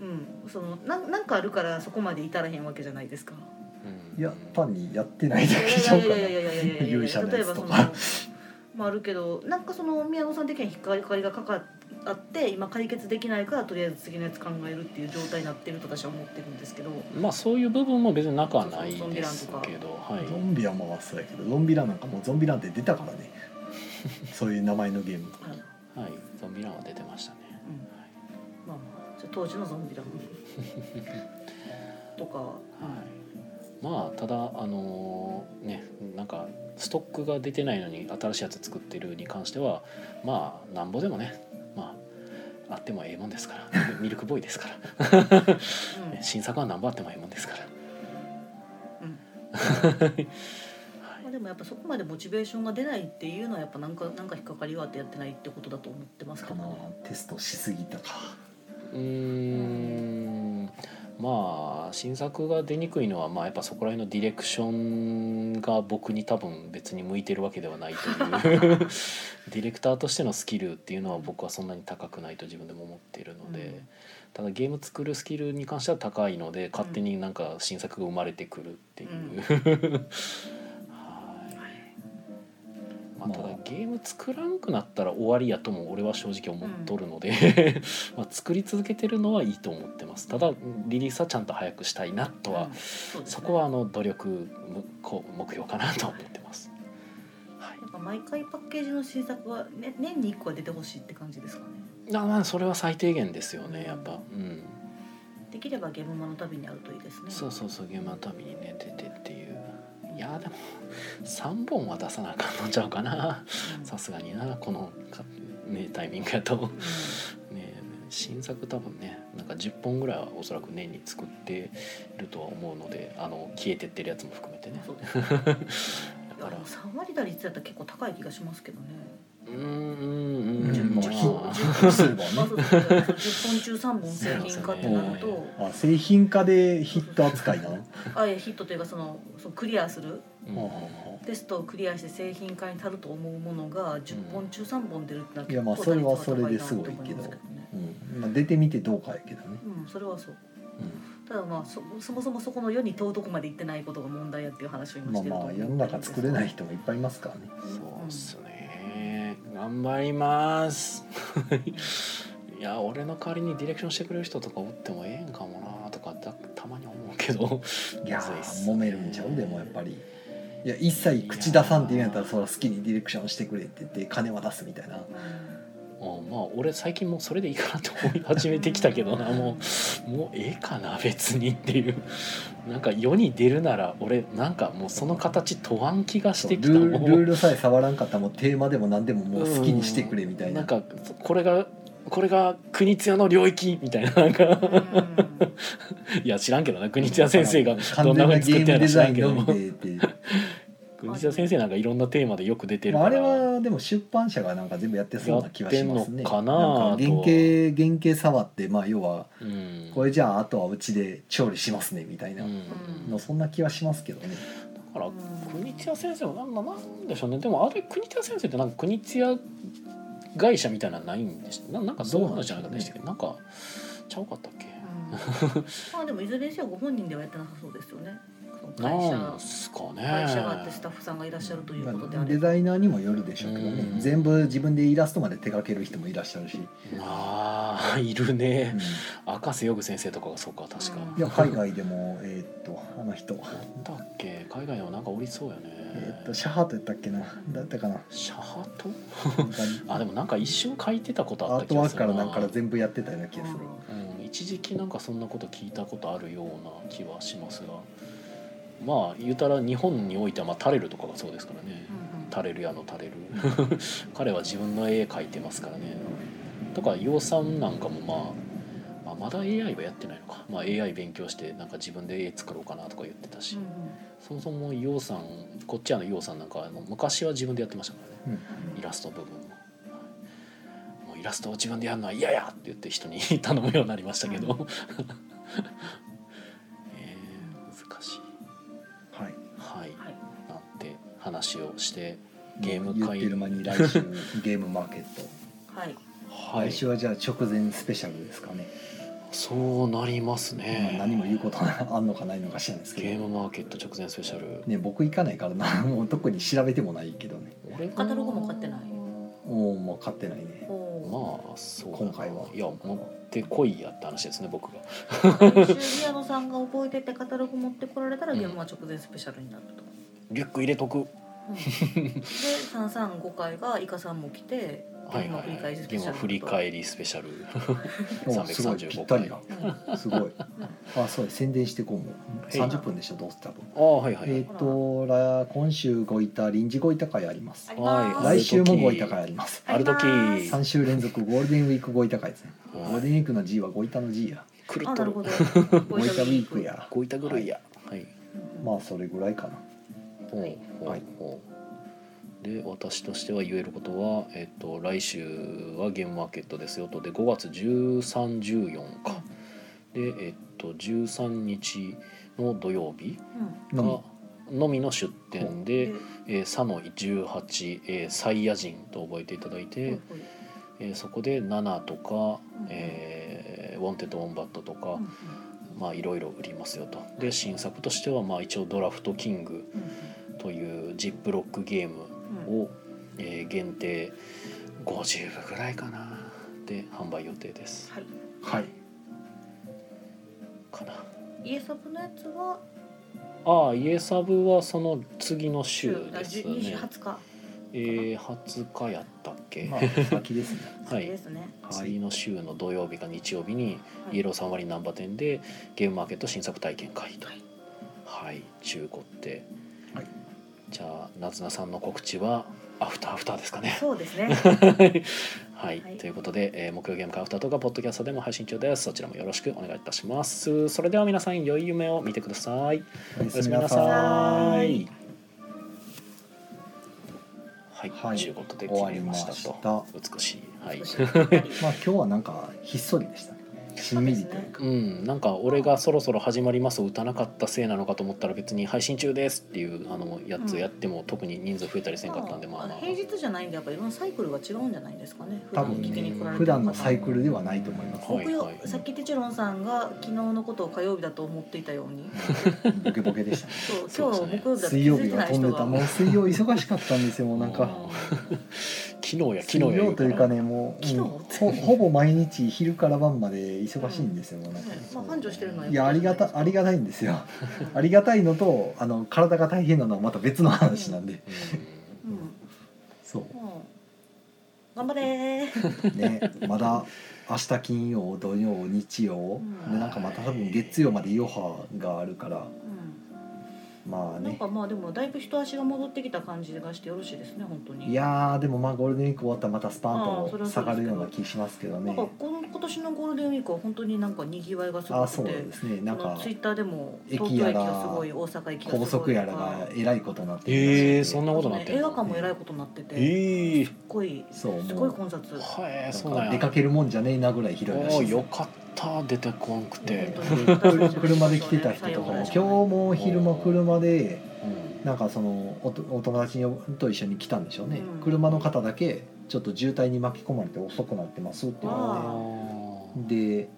Speaker 3: ううんそのなんなんかあるからそこまで至らへんわけじゃないです か。
Speaker 1: うん
Speaker 2: いや単にやってない
Speaker 3: い
Speaker 2: だ
Speaker 3: やい
Speaker 2: けちゃうかな
Speaker 3: やいやいやいやいやいやいや
Speaker 2: 勇者の
Speaker 3: 例え
Speaker 2: や
Speaker 3: ば
Speaker 2: つ
Speaker 3: そ
Speaker 2: と
Speaker 3: の
Speaker 2: か
Speaker 3: まああるけどなんかその宮野さん的には引っかかりがかかあって今解決できないからとりあえず次のやつ考えるっていう状態になってると私は思ってるんですけど。
Speaker 1: まあそういう部分も別になくはないですけどはい
Speaker 2: ゾンビランもそうやけどゾンビランなんかもうゾンビランって出たからねそういう名前のゲーム
Speaker 3: あのうん
Speaker 1: はいゾンビランは出てましたね
Speaker 3: まあまあ、じゃあ当時のゾンビだもん とか、
Speaker 1: はい、まあただあのねなんかストックが出てないのに新しいやつ作ってるに関してはまあなんぼでもねまああってもええもんですからミルクボーイですか
Speaker 3: うん
Speaker 1: らね新作はなんぼあってもええもんですから
Speaker 3: うんまあ、でもやっぱそこまでモチベーションが出ないっていうのはやっぱなんかなんか引っかかりがあってやってないってことだと思ってますけ
Speaker 2: か
Speaker 3: ど
Speaker 2: な
Speaker 3: ね。
Speaker 2: テストしすぎたか
Speaker 1: うーんまあ新作が出にくいのはまあやっぱそこら辺のディレクションが僕に多分別に向いてるわけではないというディレクターとしてのスキルっていうのは僕はそんなに高くないと自分でも思っているので、
Speaker 3: うん
Speaker 1: ただゲーム作るスキルに関しては高いので勝手になんか新作が生まれてくるっていう、はいまあ、ただ
Speaker 2: まあ
Speaker 1: ゲーム作らんくなったら終わりやとも俺は正直思っとるので、まあ作り続けてるのはいいと思ってますただリリースはちゃんと早くしたいなとは、
Speaker 3: うんそうですね
Speaker 1: そこはあの努力むこう目標かなと思ってます、はい
Speaker 3: やっぱ毎回パッケージの新作は、ね、年に1個は出てほしいって感じですかね。
Speaker 1: あまあそれは最低限ですよねやっぱうん
Speaker 3: できればゲームマの旅にあるといいですね。
Speaker 1: そうそうそう現場のためにね出てっていう
Speaker 3: うん
Speaker 1: いやーでも3本は出さなあかんのちゃうかな
Speaker 3: うん
Speaker 1: さすがになこのか、ね、タイミングやとねえ新作多分ねなんか10本ぐらいはおそらく年に作ってるとは思うのであの消えてってるやつも含めてね
Speaker 3: そうですい
Speaker 1: だ
Speaker 3: や
Speaker 1: か
Speaker 3: で
Speaker 1: ら
Speaker 3: も3割打率だったら結構高い気がしますけどね
Speaker 1: うーんうまあ
Speaker 2: うんんまあま
Speaker 3: 10本
Speaker 2: あ
Speaker 3: 中
Speaker 2: そうすればね
Speaker 3: まあそうそうそう10本中3本製品化ってなる
Speaker 1: そうです
Speaker 3: と
Speaker 2: あ製品化でヒット扱いなの
Speaker 3: あいやヒットというかそのそのクリアする
Speaker 1: うん
Speaker 2: はあは
Speaker 3: テストをクリアして製品化に足ると思うものが10本中3本出るってなると
Speaker 2: いやまあそれはそれですごいけどうんまあ、出てみてどうかやけどね
Speaker 3: うんそれはそう
Speaker 1: うん
Speaker 3: ただまあそそもそもそこの世に問うとこまで行ってないことが問題やっていう話を今
Speaker 2: ま
Speaker 3: し
Speaker 2: あ
Speaker 3: てると
Speaker 2: ま
Speaker 3: 思
Speaker 2: あ
Speaker 3: う
Speaker 2: 世の中作れない人がいっぱいいますからね
Speaker 1: そうっすね頑張りますいや俺の代わりにディレクションしてくれる人とかおってもええんかもなとかたたまに思うけど
Speaker 2: いや
Speaker 1: むずいっ
Speaker 2: ー
Speaker 1: すね
Speaker 2: 揉めるんちゃうでもやっぱりいや一切口出さんって言うんやったらそら好きにディレクションしてくれって言って金は出すみたいな
Speaker 1: うんまあ俺最近もうそれでいいかなって思い始めてきたけどなもうもうええかな別にっていうなんか世に出るなら俺なんかもうその形問わん気がして
Speaker 2: ル
Speaker 1: きた
Speaker 2: ー
Speaker 1: も
Speaker 2: ルルー
Speaker 1: う
Speaker 2: ルさえ触らんかったらもうテーマでも何でももう好きにしてくれみたいな,、
Speaker 1: んかこれがこれが国津屋の領域みたいななんか
Speaker 3: うんうん
Speaker 1: いや知らんけどな国津屋先 生がど
Speaker 2: 完
Speaker 1: んな
Speaker 2: 全
Speaker 1: ふう
Speaker 2: な
Speaker 1: に
Speaker 2: ゲ
Speaker 1: 作って
Speaker 2: ー
Speaker 1: る
Speaker 2: ム
Speaker 1: の
Speaker 2: デ
Speaker 1: か知らんけど
Speaker 2: ザインのみでって、
Speaker 1: 国津屋先生なんかいろんなテーマでよく出てる
Speaker 2: まあ、
Speaker 1: か
Speaker 2: あれ
Speaker 1: ら、
Speaker 2: はでも出版社がなんか全部やってそうな気はします
Speaker 1: やって
Speaker 2: ね
Speaker 1: んのかな
Speaker 2: なんか
Speaker 1: と
Speaker 2: 原型原型触ってまあ要は
Speaker 1: うん
Speaker 2: これじゃああとはうちで調理しますねみたいな
Speaker 1: うん
Speaker 2: のそんな気はしますけどね、
Speaker 1: だから国津屋先生もなんだなんでしょうねでもあれ国津屋先生ってなんか国津屋会社みたいなのないんでしたななんかそういう話じゃなかったでしたっけどなんかちゃうかったっけ
Speaker 3: うんまあでもいずれにせよご本人ではやってなさそうですよね。その会
Speaker 1: な
Speaker 3: 社
Speaker 1: んすかね
Speaker 3: 会社があってスタッフさんがいらっしゃるということで
Speaker 2: ま
Speaker 3: あ
Speaker 2: あ、
Speaker 3: れ
Speaker 2: デ
Speaker 3: ば。
Speaker 2: ザイナーにもよるでしょうけどね
Speaker 1: うん
Speaker 2: 全部自分でイラストまで手掛ける人もいらっしゃるし、
Speaker 1: あーいる
Speaker 2: う
Speaker 1: ね
Speaker 2: ん、
Speaker 1: 赤瀬ヨグ先生とかがそうか確か、
Speaker 2: いや海外でもえーっとあの人
Speaker 1: なんだっけ海外でもなんかおりそうよね
Speaker 2: えーっとシャハートやったっけなだったかな
Speaker 1: シャハト
Speaker 2: なんか
Speaker 1: あでもなんか一瞬書いてたことあ
Speaker 2: ア
Speaker 1: った気
Speaker 2: ート
Speaker 1: が
Speaker 2: ワー
Speaker 1: す
Speaker 2: ク
Speaker 1: る
Speaker 2: か
Speaker 1: な
Speaker 2: らなんから全部やってたような気がする
Speaker 1: うん、一時期なんかそんなこと聞いたことあるような気はしますがまあ言うたら日本においてはまあタレルとかがそうですからね、タレルやのタレル 彼は自分の絵描いてますからねとか洋さんなんかもまあ、まあ、まだ AI はやってないのか、まあ、AI 勉強してなんか自分で絵作ろうかなとか言ってたし、
Speaker 3: うんうん
Speaker 1: そもそも洋さんこっちやの洋さんなんかはあの昔は自分でやってましたからねイラスト部分も。もうイラストを自分でやるのは嫌やって言って人に頼むようになりましたけど、えー難しい
Speaker 2: はい
Speaker 1: はい
Speaker 3: はい。
Speaker 1: なんて話をしてゲーム
Speaker 2: 言っ
Speaker 1: 会
Speaker 2: てる間に来週ゲームマーケット、
Speaker 3: はい。
Speaker 1: は
Speaker 2: 来週
Speaker 1: い
Speaker 2: はじゃあ直前スペシャルですかね、
Speaker 1: そうなります
Speaker 2: まあ
Speaker 1: ね、
Speaker 2: 何も言うことがあんのかないのか知らないです
Speaker 1: ゲ
Speaker 2: け
Speaker 1: ー
Speaker 2: ど
Speaker 1: ムマーケット直前スペシャル、
Speaker 2: ね僕行かないからな もう特に調べてもないけどね
Speaker 1: 俺は
Speaker 3: カタログも買ってない
Speaker 2: もうもう買ってないね
Speaker 3: おお。
Speaker 1: まあそうだな
Speaker 2: 今回はい
Speaker 1: や持ってこいやって話ですね僕が
Speaker 3: 来週宮野さんが覚えててカタログ持ってこられたらゲームは直前スペシャルになる と。
Speaker 1: リュック入れとく
Speaker 3: うんで三三五回がイカさんも来てゲ
Speaker 1: は
Speaker 3: ー
Speaker 1: い
Speaker 3: ム
Speaker 1: は
Speaker 3: を振り
Speaker 1: い
Speaker 3: 返
Speaker 1: はい
Speaker 3: りス
Speaker 1: ゲ
Speaker 3: ペ
Speaker 1: ー
Speaker 3: シ
Speaker 1: ム
Speaker 3: ャル
Speaker 1: 振り返りスペシャル
Speaker 2: おすごいぴったりだ
Speaker 3: と。うん
Speaker 2: すごい。 あ、そうや、宣伝してこうも。
Speaker 1: はい
Speaker 2: 三十分でしょ、どうせ多分。
Speaker 1: ああはいはい、
Speaker 2: えっ、と、ら、今週ごいた臨時ごいた会あります
Speaker 3: あ。ります
Speaker 1: はい
Speaker 2: 来週もごいた会あります。
Speaker 1: ある時
Speaker 2: 三週連続ゴールデンウィークごいた会ですね。ゴ
Speaker 1: はい
Speaker 2: ールデンウィークの G はごいたの G や。
Speaker 1: クル
Speaker 3: あ
Speaker 1: ト
Speaker 3: なる
Speaker 1: ル
Speaker 3: ほ ど。
Speaker 2: ごいたウィーク。や。
Speaker 1: ごいたぐるいやはい、
Speaker 3: うん
Speaker 2: まあ、それぐらいかな。
Speaker 1: ほう
Speaker 3: はい
Speaker 1: ほう
Speaker 2: はい
Speaker 1: ほうで私としては言えることは、えっと、来週はゲームマーケットですよとで5月1314かでえっと13日の土曜日
Speaker 3: うん
Speaker 1: が
Speaker 2: の
Speaker 1: のみの出店で
Speaker 3: で、
Speaker 1: えー佐野18、えーサイヤ人と覚えていただいて、
Speaker 3: ほいほい
Speaker 1: えーそこで7とか、
Speaker 3: うん
Speaker 1: えーウォンテッド・ウォンバットとか、
Speaker 3: うんうん
Speaker 1: まあいろいろ売りますよとで新作としてはまあ一応「ドラフトキング」というジップロックゲーム
Speaker 3: うんうん
Speaker 1: を、えー限定50部ぐらいかなで販売予定です
Speaker 3: はい。
Speaker 2: はい。
Speaker 1: かな
Speaker 3: イエサブのやつは
Speaker 1: ああイエサブはその次の週です
Speaker 3: 二十
Speaker 1: ね
Speaker 3: 二十日
Speaker 1: えー、20日やったっけ、
Speaker 2: まあ、先ですね。
Speaker 1: は
Speaker 3: で
Speaker 1: い
Speaker 3: すね。
Speaker 1: 次の週の土曜日か日曜日に
Speaker 3: はい
Speaker 1: イエロー3割ナンバー店でゲームマーケット新作体験会とはい中古って
Speaker 2: はい
Speaker 1: じゃあ夏菜さんの告知はアフターアフターですか ね
Speaker 3: そうで すね
Speaker 1: はい、
Speaker 3: はい
Speaker 1: ということで、えー木曜ゲームカウンターとかポッドキャストでも配信中ですそちらもよろしくお願いいたしますそれでは皆さん良い夢を見てください
Speaker 2: おやす
Speaker 1: お
Speaker 2: みなさ
Speaker 3: やすみなさ
Speaker 2: い
Speaker 3: い。
Speaker 1: はい、
Speaker 2: はい
Speaker 1: ということで決めました
Speaker 2: 終わり
Speaker 1: と
Speaker 2: ま
Speaker 1: 美しいはい
Speaker 2: まあ今日はなんかひっそりでしたね。しんみりというか。
Speaker 1: うん、なんか俺がそろそろ始まりますを打たなかったせいなのかと思ったら別に配信中ですっていうあのやつやっても特に人数増えたりせんかったんで、まあまあ
Speaker 3: 平日じゃないんでやっぱいろんなサイクルが違うんじゃないですかね普
Speaker 2: 多
Speaker 3: 段
Speaker 2: 分
Speaker 3: 聞きに来られてる方
Speaker 2: 普段のサイクルではないと思います。
Speaker 1: はい
Speaker 3: 木曜さっきテチロンさんが昨日のことを火曜日だと思っていたように
Speaker 2: ボケボケでしたね。
Speaker 3: そう
Speaker 1: そう
Speaker 3: 今
Speaker 1: ですね
Speaker 3: 日木曜日
Speaker 2: 水曜日
Speaker 3: だと気づいて
Speaker 2: は
Speaker 3: ない
Speaker 2: 飛ん
Speaker 3: 人
Speaker 2: でた。
Speaker 3: が
Speaker 2: もう水曜忙しかったんですよ。もうなん
Speaker 1: う
Speaker 2: か。
Speaker 1: 昨日や昨日
Speaker 2: 水
Speaker 1: や
Speaker 2: 曜
Speaker 1: 言
Speaker 2: という
Speaker 1: ら
Speaker 2: かね、もう、
Speaker 3: 昨日
Speaker 2: うんほほぼ毎日昼から晩まで忙しいんですよ。もうなんか
Speaker 3: まあ繁盛してるのはい
Speaker 2: やありがたありがたいんですよ。ありがたいのとあの体が大変なのはまた別の話なんで。
Speaker 1: う
Speaker 3: うん
Speaker 2: そ
Speaker 3: うん頑張れー
Speaker 2: うね。まだ明日金曜土曜日曜
Speaker 3: うん
Speaker 2: でなんかまた多分月曜まで余波があるからまあ
Speaker 3: うんなん
Speaker 2: ね
Speaker 3: か。まあでもだいぶ人足が戻ってきた感じがしてよろしいですね本当に
Speaker 2: いやーでもまあゴールデンウィーク終わったらまたスパ
Speaker 3: あー
Speaker 2: ン
Speaker 3: それ
Speaker 2: と
Speaker 3: はそ
Speaker 2: 下
Speaker 3: う
Speaker 2: が
Speaker 3: ですけ
Speaker 2: る
Speaker 3: ど
Speaker 2: ような気しますけど
Speaker 3: な
Speaker 2: ね
Speaker 3: んか。この今年のゴールデンウィークは本当になんかにぎわいがす
Speaker 2: あ
Speaker 3: ご
Speaker 2: ーそう
Speaker 3: くて
Speaker 2: ですね。なん
Speaker 3: あの
Speaker 2: か
Speaker 3: ツイッターでも東
Speaker 2: 駅
Speaker 3: 京
Speaker 2: や
Speaker 3: 駅
Speaker 2: ら
Speaker 3: がすごい大阪駅がすごい
Speaker 2: 高速やらがえらいことになってるらしいんで
Speaker 1: えー、そんなことなって
Speaker 3: あとね映
Speaker 1: ん
Speaker 3: 画
Speaker 1: の
Speaker 3: 館もえらいことになってて、
Speaker 1: ええ
Speaker 3: すっごい
Speaker 2: そう
Speaker 3: すご
Speaker 2: も
Speaker 3: いう混雑
Speaker 1: はえそうな
Speaker 2: なんか
Speaker 1: ん
Speaker 2: 出
Speaker 1: や
Speaker 2: かけるもんじゃねえなぐらいひどいらし
Speaker 1: おー
Speaker 2: いです
Speaker 1: よかった出てこんくて、
Speaker 2: 車車で来てた人とかも今日も昼間車で
Speaker 1: うん
Speaker 2: なんかそのおとお友達と一緒に来たんでしょうね、
Speaker 3: うん
Speaker 2: 車の方だけちょっと渋滞に巻き込まれて遅くなってますって言
Speaker 1: あ
Speaker 2: わ
Speaker 3: あ
Speaker 2: れてで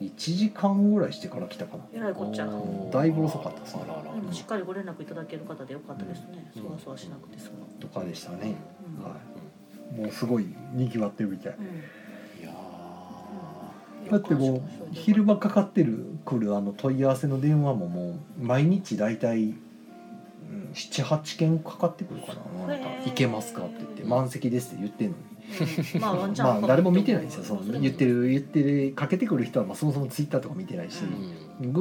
Speaker 2: 1時間ぐらいしてから来たかな
Speaker 3: えらいこっちゃで
Speaker 1: ー
Speaker 2: だいぶ遅かったですね
Speaker 1: あらあら
Speaker 3: もしっかりご連絡いただける方でよかったですね、
Speaker 1: うん
Speaker 3: そわそわしなくてその、
Speaker 2: とかでしたね、
Speaker 3: うん
Speaker 2: はもうすごいにぎわってるみたい
Speaker 1: いや
Speaker 2: だってもう昼間かかってる来るあの問い合わせの電話ももう毎日大体うん78件かかってくるかななんか
Speaker 3: へ
Speaker 2: 「
Speaker 3: ー
Speaker 2: 行けますか?」って言って「満席です」って言ってんのに。
Speaker 3: うんまあワンチャン
Speaker 2: まあ誰も見てないですよそ
Speaker 3: れ
Speaker 2: の
Speaker 3: も
Speaker 2: 言ってる言ってるかけてくる人はまあそもそもツイッターとか見てないし
Speaker 1: ーう
Speaker 3: う、
Speaker 1: ん、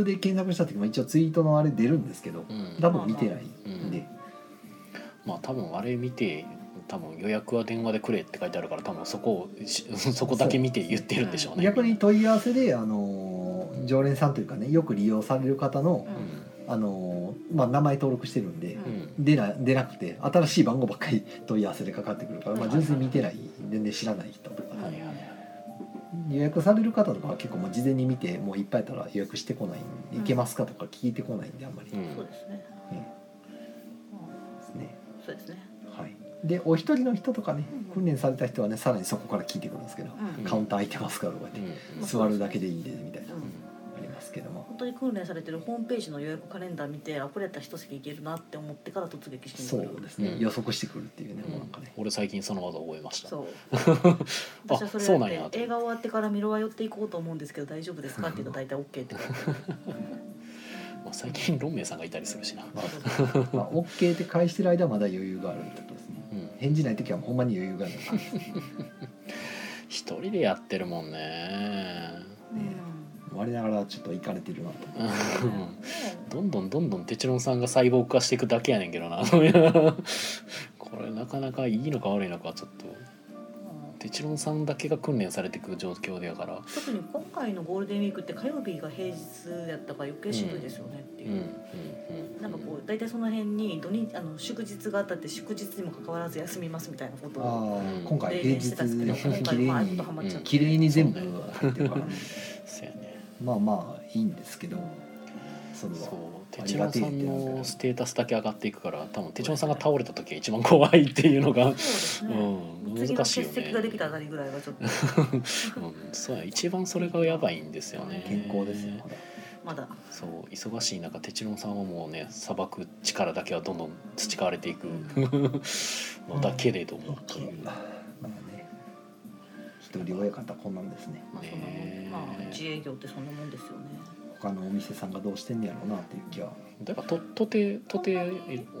Speaker 2: Google で検索した時も一応ツイートのあれ出るんですけど
Speaker 1: うん
Speaker 2: 多分見てない
Speaker 1: うん
Speaker 2: んで、
Speaker 1: まあ多分あれ見て多分予約は電話でくれって書いてあるから多分そこをし そこだけ見て言ってるんでしょうね。
Speaker 2: 逆に問い合わせであのー常連さんというかねよく利用される方の
Speaker 1: う
Speaker 3: うんん
Speaker 2: あのーまあ名前登録してるんで
Speaker 3: うん
Speaker 1: うん
Speaker 2: 出な出なくて新しい番号ばっかり 問い合わせでかかってくるから、まあ、
Speaker 3: はいはい
Speaker 2: 純粋に見てない全然知らない人とか、
Speaker 1: はいはい
Speaker 2: 予約される方とかは結構もう事前に見てもういっぱいやったら予約してこないんで「
Speaker 3: うん
Speaker 2: 行けますか?」とか聞いてこないんであんまり
Speaker 1: う
Speaker 2: で
Speaker 1: ん
Speaker 3: そうですね、
Speaker 2: うん
Speaker 3: うん
Speaker 2: すね。
Speaker 3: そうですね、
Speaker 2: はい、でお一人の人とかね
Speaker 3: うん
Speaker 2: 訓練された人はねさらにそこから聞いてくるんですけど「
Speaker 3: うん
Speaker 2: カウンター空いてますか?」とか
Speaker 1: う
Speaker 2: 言って
Speaker 1: ん
Speaker 2: 「座るだけでいいんで」みたいな
Speaker 3: うん
Speaker 2: ありますけども
Speaker 3: 本当に訓練されてるホームページの予約カレンダー見てあこれやったら一席いけるなって思ってから突撃して
Speaker 2: そ
Speaker 3: みる
Speaker 2: うですね
Speaker 1: うん
Speaker 2: 予測してくるっていうね
Speaker 1: うん
Speaker 2: もうなんかね
Speaker 1: 俺最近その技覚えました。
Speaker 3: そう
Speaker 1: あ
Speaker 3: 私はそれ
Speaker 1: そうなん
Speaker 3: を
Speaker 1: や
Speaker 3: やって映画終わってから見ろは寄っていこうと思うんですけど大丈夫です かって言うと大体 OK って言われて
Speaker 1: まあ最近ロンメイさんがいたりするしな。
Speaker 2: まあ、 まあ、OK って返してる間はまだ余裕があるってことですね
Speaker 1: うん
Speaker 2: 返事ない時はほんまに余裕がない
Speaker 1: 一人でやってるもんね。
Speaker 2: 我ながらちょっと行かれてるなと
Speaker 1: う
Speaker 3: うんん
Speaker 1: どんどんどんどんテチロンさんが細胞化していくだけやねんけどな これなかなかいいのか悪いのかちょっと
Speaker 3: うん
Speaker 1: テチロンさんだけが訓練されていく状況でやから
Speaker 3: 特に今回のゴールデンウィークって火曜日が平日やったから余計しんどいですよねって
Speaker 1: う
Speaker 3: い
Speaker 1: んうん
Speaker 3: う、
Speaker 1: うん
Speaker 3: なんかこう大体その辺に土日あの祝日があったって祝日にもかかわらず休みますみたいなことを
Speaker 2: あ
Speaker 1: うん
Speaker 2: あ今回
Speaker 3: 例
Speaker 2: 平
Speaker 3: 年してたんですけど
Speaker 2: 日綺
Speaker 3: 今回まあちょっと
Speaker 2: 麗
Speaker 3: ハマっちゃっ
Speaker 1: うん
Speaker 3: て。
Speaker 2: 綺麗に全部入ってるからね
Speaker 1: そうやね
Speaker 2: まあまあいいんですけどそれ
Speaker 1: そう
Speaker 2: は
Speaker 1: テチロンさんのステータスだけ上がっていくから多分テチロンさんが倒れた時が一番怖いっていうのが、
Speaker 3: そうです
Speaker 1: う
Speaker 3: ね、
Speaker 1: ん、
Speaker 3: 次の
Speaker 1: 難しい
Speaker 3: 欠
Speaker 1: よね
Speaker 3: 席ができたあたりぐらいはちょっと
Speaker 1: うん、そうや一番それがやばいんですよね
Speaker 2: 健康ですよこれ
Speaker 3: まだ
Speaker 1: そう忙しい中テチロンさんはもうねさばく力だけはどんどん培われて いくのだけれども、
Speaker 2: まあね一人親方こんなんですね
Speaker 3: まあそんなもん、まあ自営業ってそんなもんですよね。
Speaker 2: 他のお店さんがどうしてんねやろうなっていう気は
Speaker 1: だからととてとてを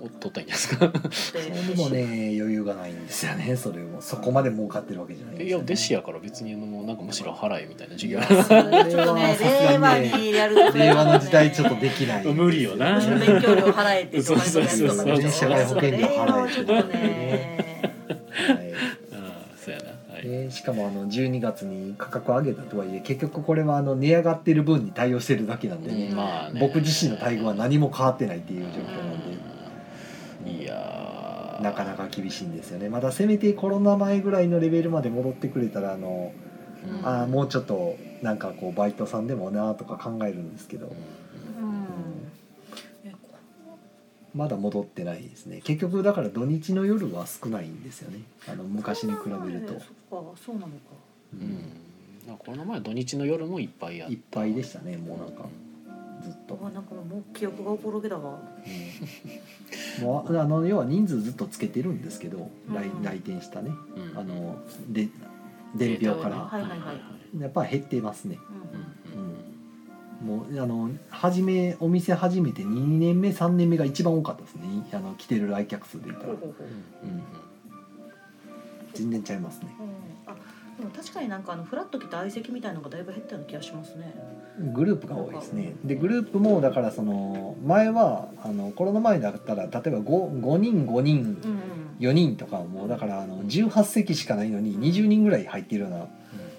Speaker 1: 取ったらいいんですか
Speaker 2: それでもね余裕がないんですよねそれもそこまで儲かってるわけじゃないん
Speaker 1: い
Speaker 2: ですよ
Speaker 1: や
Speaker 2: ね
Speaker 1: 弟子やから別にあのなんかむしろ払えみたいな授業
Speaker 2: いやそれ
Speaker 3: ちょっとね
Speaker 2: はさす
Speaker 3: 令
Speaker 2: が
Speaker 3: 和
Speaker 2: にね
Speaker 3: にやると
Speaker 2: 令和の時代ちょっとできな い
Speaker 1: 無理よな
Speaker 3: むしろ勉強料払えって
Speaker 1: そうそうそうそう
Speaker 3: 社会保険料払えってね
Speaker 2: はい
Speaker 1: うんそうやなはい、
Speaker 2: ね、しかもあの12月に価格上げたとはいえ結局これはあの値上がってる分に対応してるだけなんでね,、
Speaker 1: うんまあね
Speaker 2: 僕自身の待遇は何も変わってないっていう状況なんで、
Speaker 1: うんいやー
Speaker 2: なかなか厳しいんですよねまだせめてコロナ前ぐらいのレベルまで戻ってくれたらあの、
Speaker 1: うん
Speaker 2: あーもうちょっとなんかこうバイトさんでもなとか考えるんですけど、まだ戻ってないですね結局だから土日の夜は少ないんですよねあの昔に比べると
Speaker 3: そっかそうなのか
Speaker 2: う
Speaker 1: うん
Speaker 2: ん
Speaker 1: なんかこの前土日の夜もいっぱいや
Speaker 2: いっぱいでしたねもうなんかずっと。
Speaker 3: なんかもう記憶がおぼろげだわ
Speaker 2: うんもうああ の要は人数ずっとつけてるんですけど、来
Speaker 3: うん
Speaker 2: 来店したね
Speaker 1: うん
Speaker 2: あので伝票か
Speaker 3: は
Speaker 2: ら
Speaker 3: いはいはい
Speaker 2: やっぱ減ってますね、
Speaker 1: うん
Speaker 2: もうあの初めお店始めて2年目3年目が一番多かったですねあの来てる来客数で言ったら、うん全然ちゃいますね
Speaker 3: あでも確かになんかあのフラット来た相席みたいなのがだいぶ減ったような気がしますね
Speaker 2: グループが多いですねでグループもだからその前はあのコロナ前だったら例えば 5, 5人5人
Speaker 3: うん
Speaker 2: 4人とかもうだからあの18席しかないのに20人ぐらい入ってるような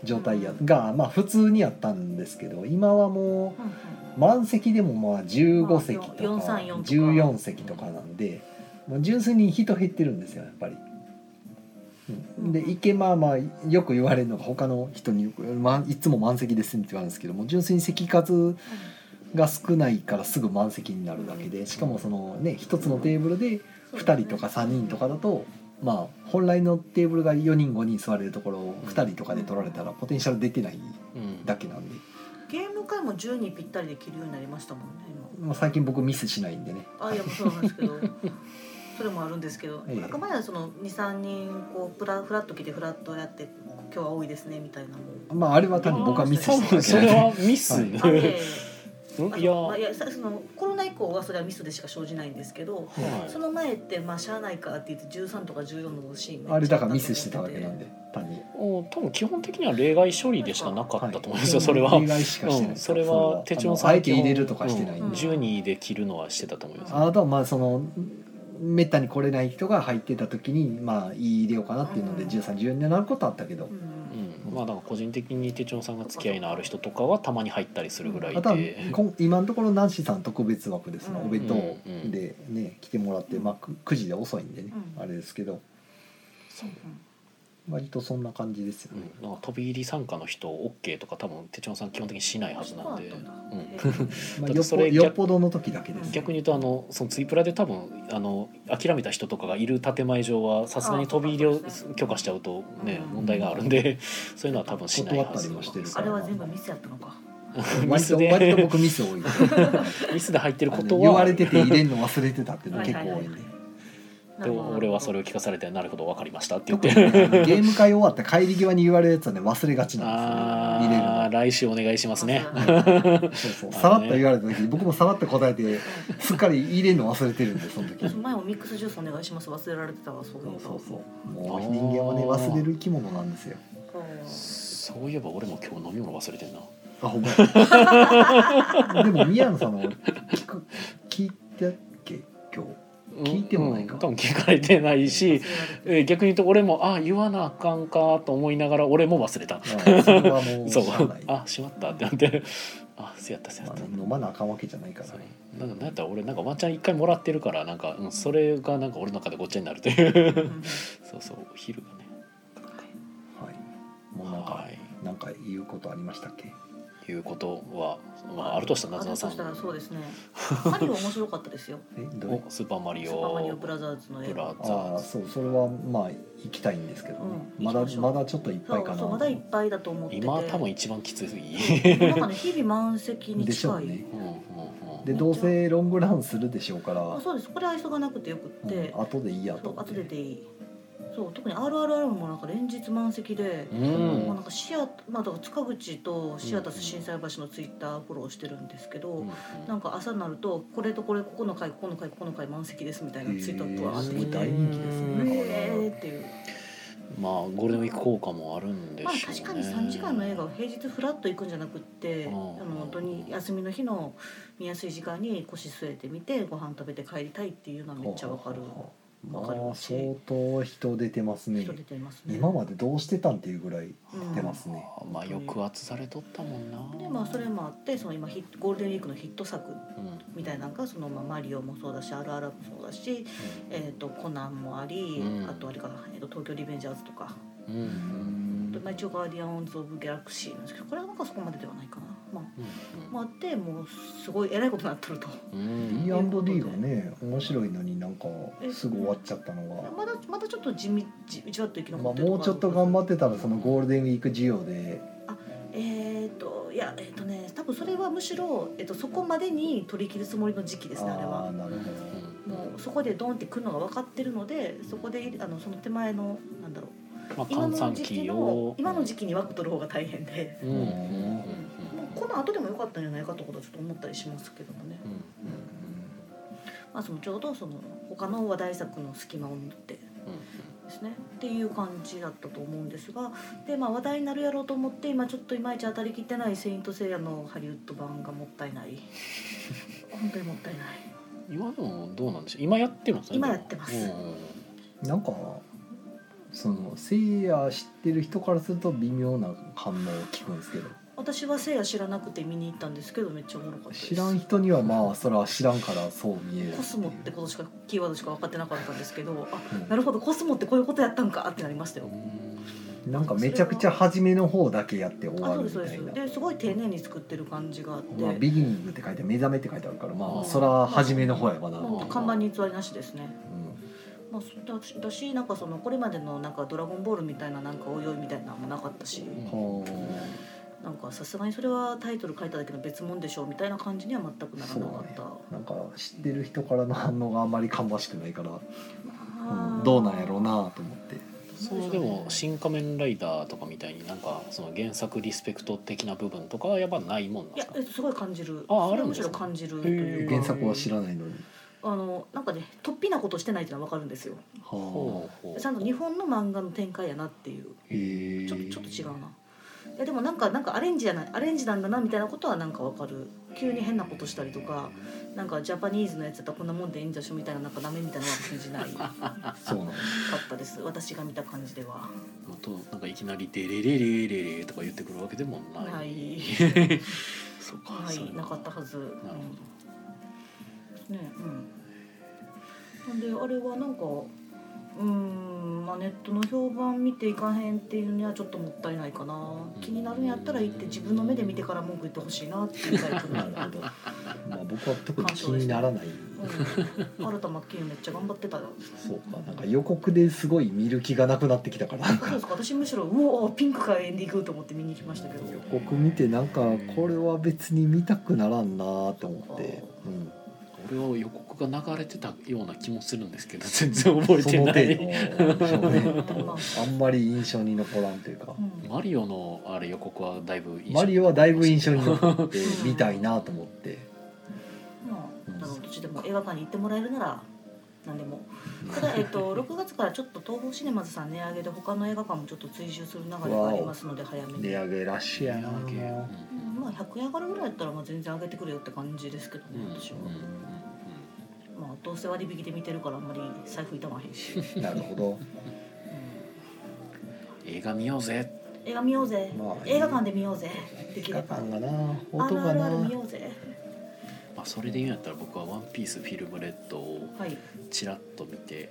Speaker 2: 状態やがまあ普通にあったんですけど今はも
Speaker 3: うん
Speaker 2: う満席でもまあ15席とか
Speaker 3: まあ434とか
Speaker 2: 14席とかなんでもう純粋に人減ってるんですよやっぱり。うんで行けまあまあよく言われるのが他の人によく「まあいつも満席です」って言われるんですけども純粋に席数が少ないからすぐ満席になるだけでしかもそのね一つのテーブルで2人とか3人とかだとまあ本来のテーブルが4人5人座れるところを2人とかで取られたらポテンシャル出てない
Speaker 1: うん
Speaker 2: だけなんで、
Speaker 3: ゲーム会も10人ぴったりで着るようになりましたもんね今
Speaker 2: まあ、最近僕ミスしないんでね
Speaker 3: あいやもうそうなんですけどそれもあるんですけど、
Speaker 2: ええ
Speaker 3: なんか前はその23人こうプラフラッと来てフラッとやって今日は多いですねみたいなのを
Speaker 2: まああれは単に僕はミス
Speaker 1: 多
Speaker 2: し
Speaker 1: 分
Speaker 2: た
Speaker 1: そ
Speaker 2: だけ
Speaker 1: れ
Speaker 2: なんで
Speaker 1: はミス、
Speaker 2: は
Speaker 3: あいやいやいや
Speaker 1: うん
Speaker 3: あ
Speaker 1: いや
Speaker 3: のまあいやさそのコロナ以降はそれはミスでしか生じないんですけど、
Speaker 1: はい
Speaker 3: その前ってまあしゃあないかって言って13とか14のシーンめっちゃ
Speaker 2: あれだからミスしてたわけなん
Speaker 3: で
Speaker 2: で単に
Speaker 1: もう多分基本的には例外処理でしかなかったと思うんですよ、
Speaker 2: はい
Speaker 1: それは
Speaker 2: 例。外しかしてない
Speaker 1: うん、それは手帳さん
Speaker 2: あのあえて入れるとかしてない
Speaker 1: うんん、
Speaker 2: で、
Speaker 1: 10人で切るのはしてたと思います、
Speaker 2: あなたはまあそのめったに来れない人が入ってた時にまあ言い入れようかなっていうので
Speaker 3: うん
Speaker 2: 1314になることはあったけど
Speaker 3: う、ん
Speaker 1: うん、まあだから個人的に手帳さんが付き合いのある人とかはたまに入ったりするぐらい
Speaker 2: あとは
Speaker 1: で、
Speaker 2: こん今のところナンシーさん特別枠ですね、
Speaker 3: うん
Speaker 2: お弁当
Speaker 1: うんうん
Speaker 2: でね来てもらって、まあ、く9時で遅いんでね、
Speaker 3: うん
Speaker 2: あれですけど
Speaker 3: そう
Speaker 2: 割とそんな感じですよ
Speaker 1: うん
Speaker 2: ね、、
Speaker 1: なんか飛び入り参加の人 OK とか多分手帳さん基本的にしないはずなんで
Speaker 3: そうだったん
Speaker 1: う
Speaker 3: だ
Speaker 1: ん
Speaker 2: ま
Speaker 1: だっ
Speaker 2: あ、
Speaker 1: て
Speaker 2: よっ
Speaker 1: そ
Speaker 2: ぽ
Speaker 1: れ
Speaker 2: よっぽどの時だけです、
Speaker 1: 逆に言うとあのそのツイプラで多分あの諦めた人とかがいる建前上はさすがに飛び入りを許可しちゃうとね
Speaker 3: うん
Speaker 1: 問題があるんで そういうのは多分しないはず
Speaker 2: 断ったりもして
Speaker 3: あれは全部ミスやったのか
Speaker 1: ミ
Speaker 2: 割
Speaker 1: ス
Speaker 2: と
Speaker 1: で
Speaker 2: 割と僕ミス多いです
Speaker 1: ミスで入ってる
Speaker 2: あ
Speaker 1: こ
Speaker 2: の
Speaker 1: と
Speaker 2: 言わ
Speaker 1: は
Speaker 2: れてて入れんの忘れてたっていうの結構多いんで、
Speaker 3: はいはいはい
Speaker 1: で俺はそれを聞かされてなるほど分かりましたって言っ
Speaker 2: 特に
Speaker 1: て
Speaker 2: ねあのゲーム会終わった帰り際に言われるやつはね忘れがちなんですよ、ね、入れるの
Speaker 1: ああ来週お願いしますね
Speaker 2: そうそう
Speaker 1: あのね
Speaker 2: さらっと言われた時に僕もさらっと答えてすっかり入れんの忘れてるんでその時
Speaker 3: 私前もミックスジュースお願いします忘れられてたわそういえば
Speaker 2: そうそうもう人間はね忘れる生き物なんですよ
Speaker 3: そ
Speaker 1: そういえば俺も今日飲み物忘れてんな
Speaker 2: あほんま でも宮野さんの聞く聞いたっけ今聞いてもないか
Speaker 1: うん多分聞かれてないうし
Speaker 3: 忘れられて
Speaker 1: えー逆に言うと俺もあ言わなあかんかと思いながら俺も忘れた
Speaker 2: うそれはもう
Speaker 1: そう
Speaker 2: しゃあない、
Speaker 1: あ
Speaker 2: ま
Speaker 1: しまったってなってあせやったせやっ
Speaker 2: あ
Speaker 1: た、
Speaker 2: 飲まなあかんわけじゃないから
Speaker 1: そう
Speaker 2: ね
Speaker 1: なんかなんやったら俺なんかワンチャン一回もらってるからなんか、うん、それがなんか俺の中でごっちゃになるという
Speaker 3: うん
Speaker 1: そうそうお昼がね
Speaker 2: はいもうなんか
Speaker 1: はい
Speaker 2: なんか言うことありましたっけ
Speaker 1: いうことは、まあ、あるとしたら
Speaker 3: あ
Speaker 1: 夏菜
Speaker 3: だ
Speaker 1: さ
Speaker 3: と
Speaker 1: ん
Speaker 3: したらそうですねマリオ面白かったですよ
Speaker 2: えどれ
Speaker 1: おスーパーマ
Speaker 3: ス
Speaker 1: リ
Speaker 3: ーパーマリオ
Speaker 1: オ
Speaker 3: ブラザーズの映
Speaker 1: ブラ
Speaker 3: 画
Speaker 1: ザ
Speaker 2: あ
Speaker 1: ー
Speaker 2: あ
Speaker 1: ズ
Speaker 2: そうそれはまあ行きたいんですけどね、
Speaker 3: うん
Speaker 2: まだ
Speaker 3: 行きましょう
Speaker 2: まだちょっといっぱいかな
Speaker 3: そうそうまだいっぱいだと思ってて
Speaker 1: 今多分一番きつい、
Speaker 3: なんかね日々満席に
Speaker 2: でしょ
Speaker 3: 近
Speaker 2: う
Speaker 3: い、
Speaker 2: ね
Speaker 1: うんうんうん、
Speaker 2: でどうせロングランするでしょうから、
Speaker 3: あそうですこれは急がなくてよくって、
Speaker 2: うん後でいいや
Speaker 3: そ
Speaker 2: と
Speaker 3: う後ででいいそう特に RRR もなんか連日満席で、
Speaker 1: う
Speaker 2: うん
Speaker 1: ん
Speaker 3: もうなんかシアまあだから塚口とシアタス心斎橋のツイッターフォローしてるんですけど、なんか朝になるとこれとこれここの回ここの回ここの回満席ですみたいなツイートップはあって
Speaker 2: すごい大人気で
Speaker 1: う
Speaker 2: す
Speaker 1: ん
Speaker 2: ね。
Speaker 3: えーっていう
Speaker 1: まあゴールデンウィーク効果もあるんで
Speaker 3: まあ
Speaker 1: しょうね
Speaker 3: 確かに3時間の映画を平日フラッと行くんじゃなくって
Speaker 1: う
Speaker 3: あ
Speaker 1: ん
Speaker 3: の本当に休みの日の見やすい時間に腰据えてみてご飯食べて帰りたいっていうのはめっちゃわかる
Speaker 2: ま
Speaker 3: わかる
Speaker 2: あ
Speaker 3: し
Speaker 2: 相当人出てますね
Speaker 3: 人。出てますね
Speaker 2: 今までどうしてたんっていうぐらい
Speaker 3: うん
Speaker 2: 出ますね。
Speaker 1: あまあ抑圧されとったもんな
Speaker 3: でまあそれもあってその今ヒットゴールデンウィークのヒット作
Speaker 1: うん
Speaker 3: みたいなのがその、まあ、マリオもそうだし「あるある」もそうだし、えー、とコナンもあり、
Speaker 1: うん
Speaker 3: あとあれかな、えーと「東京リベンジャーズ」とか、
Speaker 1: うん
Speaker 2: う
Speaker 3: と
Speaker 2: ん
Speaker 3: まあ、一応「ガーディアンズ・オブ・ギャラクシー」なんですけどこれはなんかそこまでではないかな。まあ
Speaker 1: うん
Speaker 3: まあ、あってもうすごいえらいことになっとると。
Speaker 1: うん
Speaker 3: や
Speaker 2: D&D がね面白いのになんか
Speaker 3: え
Speaker 2: すぐ終わっちゃったのが。
Speaker 3: まだまだちょっと地道じじわっと生き
Speaker 2: ま
Speaker 3: 残
Speaker 2: あ、
Speaker 3: ってる
Speaker 2: もうちょっと頑張
Speaker 3: っ
Speaker 2: ってたらそのゴールデンウィーク需要で
Speaker 3: えっ、といやえっ、とね多分それはむしろ、えっとそこまでに取り切るつもりの時期ですねあれ
Speaker 2: あー
Speaker 3: は
Speaker 2: なるほ
Speaker 3: もうそこでドンってくるのが分かってるのでそこであのその手前のなんだろう
Speaker 1: まあ
Speaker 3: 今
Speaker 1: 換
Speaker 3: の
Speaker 1: 算
Speaker 3: 時期
Speaker 1: 期
Speaker 3: の
Speaker 1: を
Speaker 3: 今の時期に枠取る方が大変で
Speaker 1: うんうんうん
Speaker 3: もうこの後でも良かったんじゃないかとことはちょっと思ったりしますけどもね
Speaker 1: う、ん
Speaker 2: ど、
Speaker 3: まあ、そのちょうどその他の話題作の隙間を縫ってですねっていう感じだったと思うんですがで、まあ、話題になるやろうと思って今ちょっといまいち当たりきってない「セイント・セイヤ」のハリウッド版がもったいない 本当にもったいない
Speaker 1: うん今のどうなんでしょう今やってますね
Speaker 3: 今やってます
Speaker 1: うんうん
Speaker 2: なんかそのせいや知ってる人からすると微妙な反応を聞くんですけど
Speaker 3: 私はセイヤ知らなくて見に行ったんですけどめっちゃおもろかったです
Speaker 2: 知らん人にはまあそれは知らんからそう見える
Speaker 3: コスモってことしかキーワードしか分かってなかったんですけどあ
Speaker 2: うん
Speaker 3: なるほどコスモってこういうことやったんかってなりましたよ
Speaker 1: うん
Speaker 2: なんかめちゃくちゃ初めの方だけやって終
Speaker 3: あ
Speaker 2: わ
Speaker 3: そう
Speaker 2: る
Speaker 3: で
Speaker 2: み
Speaker 3: すそう
Speaker 2: たい
Speaker 3: です
Speaker 2: な
Speaker 3: ですごい丁寧に作ってる感じがあって、
Speaker 2: まあビギニングって書いて目覚めって書いてあるからま
Speaker 1: う
Speaker 2: あ
Speaker 1: ん
Speaker 2: それは初めの方やわな、
Speaker 3: もう看板に偽りなしですね
Speaker 2: う
Speaker 3: まあ、だしだしなんかそのこれまでのなんか「ドラゴンボール」みたいななんかおいおいみたいなのもなかったし
Speaker 2: ん、は
Speaker 3: なんかさすがにそれはタイトル書いただけの別物でしょうみたいな感じには全くならなかった、
Speaker 2: あなんか知ってる人からの反応があんまり芳しくないから、
Speaker 3: あ
Speaker 2: う
Speaker 3: ー
Speaker 2: んどうなんやろうなと思って
Speaker 1: そのでも「新仮面ライダー」とかみたいになんかその原作リスペクト的な部分とかはやっぱないもんなん
Speaker 3: い
Speaker 1: で
Speaker 3: や
Speaker 1: すか
Speaker 3: えすごい感じる
Speaker 1: あ
Speaker 3: それ
Speaker 1: ある
Speaker 3: は
Speaker 1: ん
Speaker 3: む
Speaker 1: で
Speaker 3: し
Speaker 1: す
Speaker 3: ろ
Speaker 1: か
Speaker 3: 感じると
Speaker 1: へー
Speaker 3: いうか
Speaker 2: 原作は知らないのに、
Speaker 3: あのなんかね突飛なことしてないっていうのは分かるんですよ
Speaker 2: は
Speaker 1: ほうほう
Speaker 3: ちゃんと日本の漫画の展開やなっていう
Speaker 2: あ、へえ
Speaker 3: ちょっとちょっと違うないやでもなんかなんかアレンジじゃないアレンジなんだなみたいなことはなんかわかる急に変なことしたりとかなんかジャパニーズのやつだったらこんなもんでいいんじゃしょみたいななんかダメみたいなのは感じないか
Speaker 2: そうなんです
Speaker 3: ったです私が見た感じでは
Speaker 1: あとなんかいきなり「デレレレレレ」とか言ってくるわけでもない、
Speaker 3: はい
Speaker 1: そうか、
Speaker 3: は
Speaker 1: そう
Speaker 3: いなかったはずなるねうんなんであれはなんかうーんまあネットの評判見ていかへんっていうにはちょっともったいないかな気になるんやったら行って自分の目で見てから文句言ってほしいなっていうタイプ
Speaker 2: な
Speaker 3: の
Speaker 2: るほど。まあ僕は特に気にならない。
Speaker 3: うん、新田真剣佑めっちゃ頑張って たよ。
Speaker 2: そうか。なんか予告ですごい見る気がなくなってきたから。なん
Speaker 3: そうで
Speaker 2: か
Speaker 3: すか私むしろうおーピンクかエンディングと思って見に行きましたけど。
Speaker 2: 予告見てなんかこれは別に見たくならんなと思って。うん。
Speaker 1: 俺は予告が流れてたような気もするんですけど全然覚え
Speaker 2: そ
Speaker 1: て
Speaker 2: の
Speaker 1: な
Speaker 2: 程
Speaker 1: い
Speaker 2: 度。そうね
Speaker 3: うんまあ
Speaker 2: あんまり印象に残らんというか
Speaker 3: う。ん
Speaker 1: マリオのあれ予告はだいぶ印象
Speaker 2: マリオはだいぶ印象に残って見たいなと思って。
Speaker 3: まあ
Speaker 2: うん
Speaker 3: あのどっちでも映画館に行ってもらえるなら何 でもただ、えっと6月からちょっと東宝シネマズさん値上げで他の映画館もちょっと追従する流れがありますので早めに、
Speaker 2: 値上げラッシュやな。
Speaker 1: うん
Speaker 3: うんまあ、100円上がるぐらいだったらまあ全然上げてくれよって感じですけどね
Speaker 1: うんうん
Speaker 3: 私は、
Speaker 1: うん
Speaker 3: まあ、どうせ割引で見てるからあんまり財布痛まへんし、
Speaker 2: なるほど。
Speaker 3: うん
Speaker 1: 映画見ようぜ
Speaker 3: 映画見ようぜ、
Speaker 2: まあ
Speaker 3: 映画館で見ようぜで
Speaker 2: 映
Speaker 3: き
Speaker 2: 画
Speaker 3: れば
Speaker 2: 館がな
Speaker 3: あ
Speaker 2: 音
Speaker 3: る
Speaker 2: が
Speaker 3: ある
Speaker 2: な
Speaker 3: ある見ようぜ
Speaker 1: まあそれで言うんやったら僕は「ワンピースフィルムレッドを
Speaker 3: はい
Speaker 1: ちらっと見て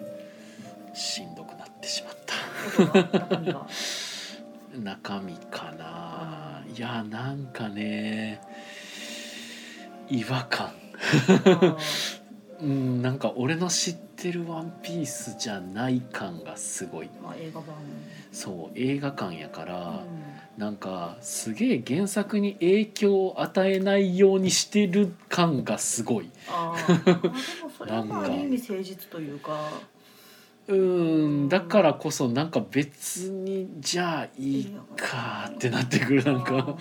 Speaker 1: しんどくなってしまった
Speaker 3: 音が中 身が
Speaker 1: 中身かないやなんかね違和感
Speaker 3: あー
Speaker 1: うんなんか俺の知ってる「ワンピースじゃない感がすごい
Speaker 3: まあ映画版、
Speaker 1: そう映画館やか
Speaker 3: う
Speaker 1: ら、
Speaker 3: ん
Speaker 1: なんかすげえ原作に影響を与えないようにしてる感がすごい
Speaker 3: あーまあでもそれはま
Speaker 1: な
Speaker 3: ああ
Speaker 1: んか
Speaker 3: る意味誠実というか
Speaker 1: うーんだからこそなんか別にじゃあいいかってなってくるなんか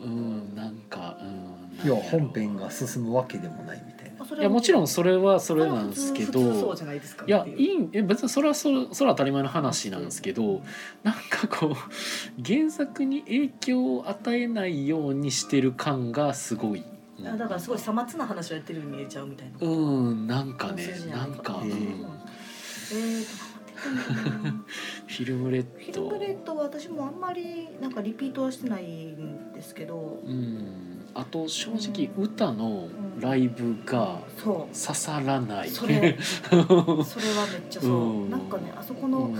Speaker 1: うんなんかうん
Speaker 2: 要は
Speaker 1: なんやろ
Speaker 2: 本編が進むわけでもないみたいな。
Speaker 3: そ
Speaker 1: いやもちろん
Speaker 3: そ
Speaker 1: それはそ
Speaker 3: れ
Speaker 1: れ
Speaker 3: は
Speaker 1: なんですけ
Speaker 3: 普通そ
Speaker 1: ど
Speaker 3: うじゃないですか
Speaker 1: いや
Speaker 3: って
Speaker 1: いういんえ別にそれはそれそれは当たり前の話なんですけどなんかこう 原作に影響を与えないようにしてる感がすごい
Speaker 3: あだからすごいさまつな話をやってるように見えちゃうみたいな、え
Speaker 1: うんなんかね
Speaker 3: 本筋じゃ
Speaker 1: な
Speaker 3: ない
Speaker 1: んか、う
Speaker 2: へ
Speaker 1: ん、
Speaker 2: え
Speaker 1: フ
Speaker 3: ーと
Speaker 1: ィルムレ
Speaker 3: フィ
Speaker 1: ッ
Speaker 3: ル
Speaker 1: ド
Speaker 3: ムレッドは私もあんまりなんかリピートはしてないんですけど
Speaker 1: うんあと正直歌のライブが
Speaker 3: そ
Speaker 1: 刺さらな
Speaker 3: う
Speaker 1: い
Speaker 3: そ れ
Speaker 1: うん
Speaker 3: それはめっちゃそう、
Speaker 1: うん
Speaker 3: なんかねあそこの、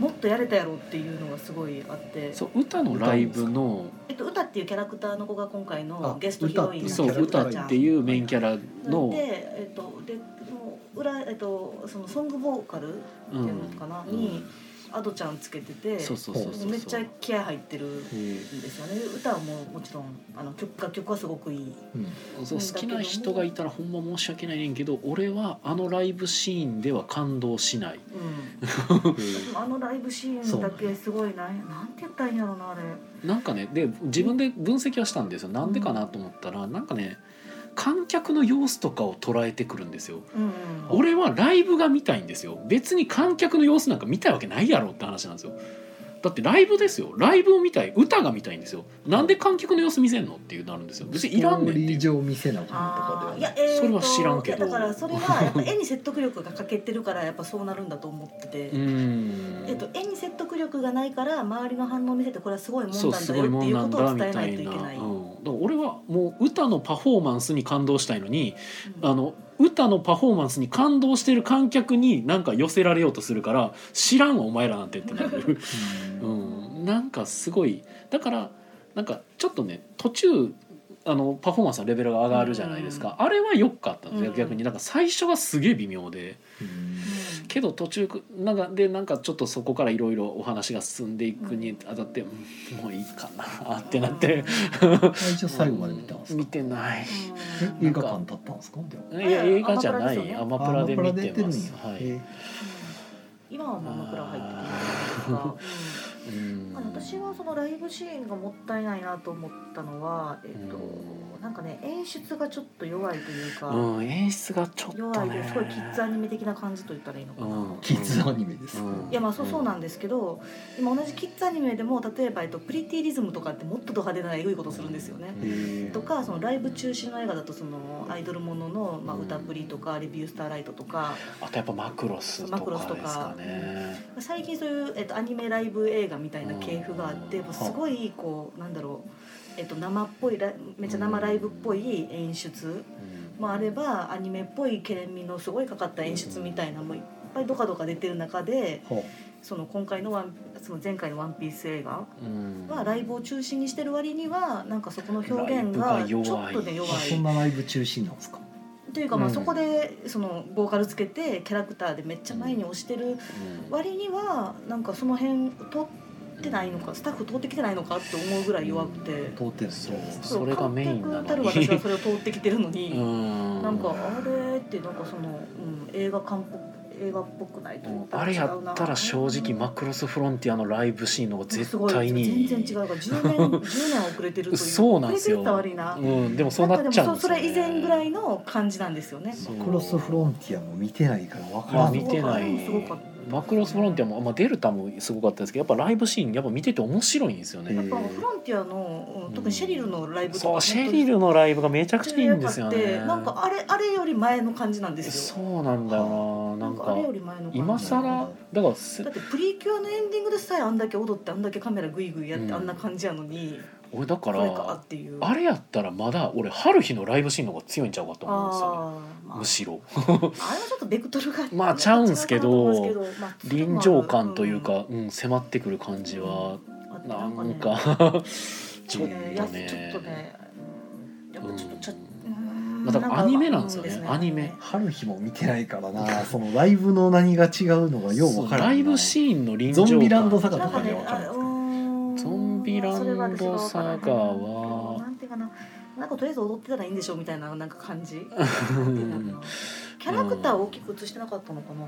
Speaker 3: もっとやれたやろっていうのがすごいあって、
Speaker 1: そう歌のライブの
Speaker 3: えっと、歌っていうキャラクターの子が今回の
Speaker 2: あ
Speaker 3: ゲストヒロインなんです
Speaker 1: そ
Speaker 3: け
Speaker 1: う
Speaker 3: ど
Speaker 2: キャラクタ
Speaker 1: 歌
Speaker 2: ー
Speaker 1: っていうメインキャラの
Speaker 3: で、えっと、でもう裏、えっと、そのソングボーカルっていうのかな、
Speaker 1: うん
Speaker 3: にアドちゃんつけてて
Speaker 1: そうそうそうそう
Speaker 3: めっちゃ
Speaker 1: う
Speaker 3: 気合入ってるん
Speaker 2: へえ
Speaker 3: ですよね歌はもうもちろんあの曲楽曲はすごくいい
Speaker 2: うん
Speaker 1: そう好きな人がいたらほんま申し訳ないねんけど俺はあのライブシーンでは感動しない
Speaker 3: うん、
Speaker 2: へ
Speaker 3: あのライブシーンだけすごいななんて言ったらいいんやろうなあれ
Speaker 1: なんかねで自分で分析はしたんですよなんでかなと思ったらなんかね観客の様子とかを捉えてくるんですよ
Speaker 3: うんうん
Speaker 1: 俺はライブが見たいんですよ別に観客の様子なんか見たいわけないやろって話なんですよだってライブですよライブを見たい歌が見たいんですよなんで観客の様子見せんのっていうなるんですよ別
Speaker 2: え
Speaker 1: にいらんねんって
Speaker 2: ストーリ
Speaker 1: い
Speaker 2: ー
Speaker 1: う
Speaker 2: 上見せなあか
Speaker 3: あ
Speaker 2: んとか
Speaker 3: ー
Speaker 2: で
Speaker 3: い
Speaker 2: は
Speaker 3: や
Speaker 2: な
Speaker 3: えーと
Speaker 1: それは知らんけど
Speaker 3: いやだからそれはやっぱ絵に説得力が欠けてるからやっぱそうなるんだと思ってて、
Speaker 1: うーん
Speaker 3: えっと、絵に説得力がないから周りの反応を見せてこれはすごいもんなんだ
Speaker 1: そう
Speaker 3: よ
Speaker 1: すごい
Speaker 3: っ
Speaker 1: も
Speaker 3: て
Speaker 1: ん
Speaker 3: いう
Speaker 1: な
Speaker 3: こ
Speaker 1: ん
Speaker 3: と
Speaker 1: だ
Speaker 3: を
Speaker 1: み
Speaker 3: 伝え
Speaker 1: た
Speaker 3: ないと
Speaker 1: い
Speaker 3: いけ
Speaker 1: な、うん、だ
Speaker 3: ない。
Speaker 1: から俺はもう歌のパフォーマンスに感動したいのに
Speaker 3: うん
Speaker 1: あの歌のパフォーマンスに感動してる観客になんか寄せられようとするから知らんわお前らなんてってなる
Speaker 2: うん
Speaker 1: うん、なんかすごいだからなんかちょっとね途中あのパフォーマンスのレベルが上がるじゃないですか、あれは良かったんですよ、
Speaker 3: うん
Speaker 1: 逆になんか最初はすげえ微妙でけど途中なんかでなんかちょっとそこからいろいろお話が進んでいくにあたって、うんもういいかなってなって、
Speaker 2: あ一応最後まで見たんですか
Speaker 1: 見てない。
Speaker 3: うん
Speaker 2: え映画館立ったんですかでも
Speaker 1: いや映画じゃない
Speaker 3: ア
Speaker 1: ア
Speaker 3: マ
Speaker 1: マプラで見
Speaker 2: あ
Speaker 1: てます。
Speaker 2: アマプ
Speaker 1: は
Speaker 2: ラで
Speaker 1: い。
Speaker 2: やってるんやへ
Speaker 3: 今はもう枕入ってるから、
Speaker 1: うん
Speaker 3: うんあの私はそのライブシーンがもったいないなと思ったのは、えっと
Speaker 1: うん
Speaker 3: なんかね演出がちょっと弱いというか、
Speaker 1: うん演出がちょっと
Speaker 3: 弱いで
Speaker 1: ね。
Speaker 3: すごいキッズアニメ的な感じと言ったらいいのかな。
Speaker 1: うん
Speaker 2: えキッズアニメですか
Speaker 1: うん
Speaker 3: いやまあそうそうなん
Speaker 1: で
Speaker 3: ですけど、今同じキッズアニメでも例えば、えっと、プリティリズムとかってもっとド派手なエグいことするんですよね。
Speaker 2: へえ
Speaker 3: とかそのライブ中止の映画だとそのアイドルものの、まあ、
Speaker 1: うん
Speaker 3: 歌プリとかレビュースターライトとか
Speaker 1: あとやっぱマクロスと
Speaker 3: マクロス
Speaker 1: か
Speaker 3: と
Speaker 1: で
Speaker 3: か
Speaker 1: すかね。
Speaker 3: 最近そういう、えっと、アニメライブ映画みたいな系譜があって
Speaker 1: うん
Speaker 3: もうすごいこうなんだろう、えっと、生っぽいライめっちゃ生ライブっぽい演出もあればアニメっぽいケレン味のすごいかかった演出みたいなもういっぱいドカドカ出てる中で
Speaker 2: は
Speaker 3: その今回のワンその前回の「ワンピース映画
Speaker 1: うん
Speaker 3: はライブを中心にしてる割にはなんかそこの表現
Speaker 1: ラ
Speaker 3: が
Speaker 1: イ
Speaker 3: ち
Speaker 1: ブ
Speaker 3: ょ
Speaker 1: が弱い
Speaker 3: っとね
Speaker 2: あ
Speaker 3: 弱
Speaker 2: そん
Speaker 3: い。
Speaker 2: なライブ中止なんですか
Speaker 3: というかまあ
Speaker 1: うん
Speaker 3: そこでそのボーカルつけてキャラクターでめっちゃ前に押してる
Speaker 1: うん
Speaker 3: 割にはなんかその辺通ってないのかスタッフ通ってきてないのかって思うぐらい弱くて
Speaker 2: 通ってないじ
Speaker 1: そ
Speaker 2: ゃ
Speaker 1: う
Speaker 2: ないですか
Speaker 1: それがメインな
Speaker 3: 観客たる
Speaker 1: の
Speaker 3: 私は
Speaker 1: に。
Speaker 3: それを通ってきてるのに
Speaker 1: ん
Speaker 3: なんかあれってなんかその、うん、映画感っぽ映画っぽくないと
Speaker 1: う
Speaker 3: 思っ
Speaker 1: ん
Speaker 3: た
Speaker 1: あ
Speaker 3: ら
Speaker 1: れ
Speaker 3: 違う
Speaker 1: や
Speaker 3: な
Speaker 1: ったら正直マクロスフロンティアのライブシーンの方が
Speaker 3: す
Speaker 1: 絶
Speaker 3: ごい
Speaker 1: 対にいい
Speaker 3: 全然違うから10年 ,10 年遅れてるという
Speaker 1: そうなんですよ
Speaker 3: 遅れてるって悪いな
Speaker 1: うん、でもそうなっちゃうんですよ、
Speaker 3: なんかでもそそれ
Speaker 1: ね。
Speaker 3: 以前ぐらいの感じなんですよね
Speaker 1: そう
Speaker 2: クロスフロンティアも見てないから分か
Speaker 1: ま
Speaker 2: ら
Speaker 1: あ
Speaker 2: ん
Speaker 1: 見 てない
Speaker 3: すごかった
Speaker 1: マクロスフロンティアも、まあ、デルタもすごかったですけどやっぱライブシーンやっぱ見てて面白いんですよ
Speaker 3: や
Speaker 1: ね
Speaker 3: っ。ぱフロンティアの、うん特にシェリルのライブとか、
Speaker 1: そうシェリ
Speaker 3: ル
Speaker 1: ルのライブがめちゃくちゃいいんですよね。
Speaker 3: なんかあれあれより前の感じなんですよ
Speaker 1: そうなんだよななん
Speaker 3: な
Speaker 1: ん
Speaker 3: かあ
Speaker 1: か
Speaker 3: れより前の感じ
Speaker 1: 今更だからせ
Speaker 3: だってプリキュアのエンディングでさえあんだけ踊ってあんだけカメラグイグイやって、
Speaker 1: うん
Speaker 3: あんな感じやのに
Speaker 1: 俺だか
Speaker 3: これかっ
Speaker 1: ら
Speaker 3: ていう
Speaker 1: あれやったらまだ俺春日のライブシーンの方が強いんちゃうかと思うんですよね。
Speaker 3: あーまあ
Speaker 1: むしろ
Speaker 3: あれはちょっとベクトルが
Speaker 1: まあちゃうんすけど
Speaker 3: 違うかなと思うんですけどまあ
Speaker 1: 臨場感というか、うん、迫ってくる感じは
Speaker 3: あって
Speaker 1: な
Speaker 3: ね
Speaker 1: んかちょっと
Speaker 3: やっぱちょっと
Speaker 1: ね。
Speaker 3: ねうんやっぱちょっとちょっと
Speaker 1: う
Speaker 3: うん
Speaker 1: まあだからアニメなんですよね
Speaker 3: う
Speaker 1: アニメ
Speaker 2: 春日も見てないからなそのライブの何が違うのがよう分からんな
Speaker 1: ライブシーンの臨場
Speaker 2: ゾ
Speaker 1: 感
Speaker 2: ンビランドサガ
Speaker 3: な
Speaker 2: と
Speaker 3: んか
Speaker 2: かで
Speaker 3: ね
Speaker 2: 分かるん
Speaker 3: あ
Speaker 2: ですけ
Speaker 3: う
Speaker 2: ど
Speaker 3: ーん
Speaker 1: ゾンビランドサガは
Speaker 3: なんていうかななんかとりあえず踊ってたらいいんでしょうみたいななんか感じ
Speaker 1: うん
Speaker 3: キャラクターを大きく映してなかったのかな、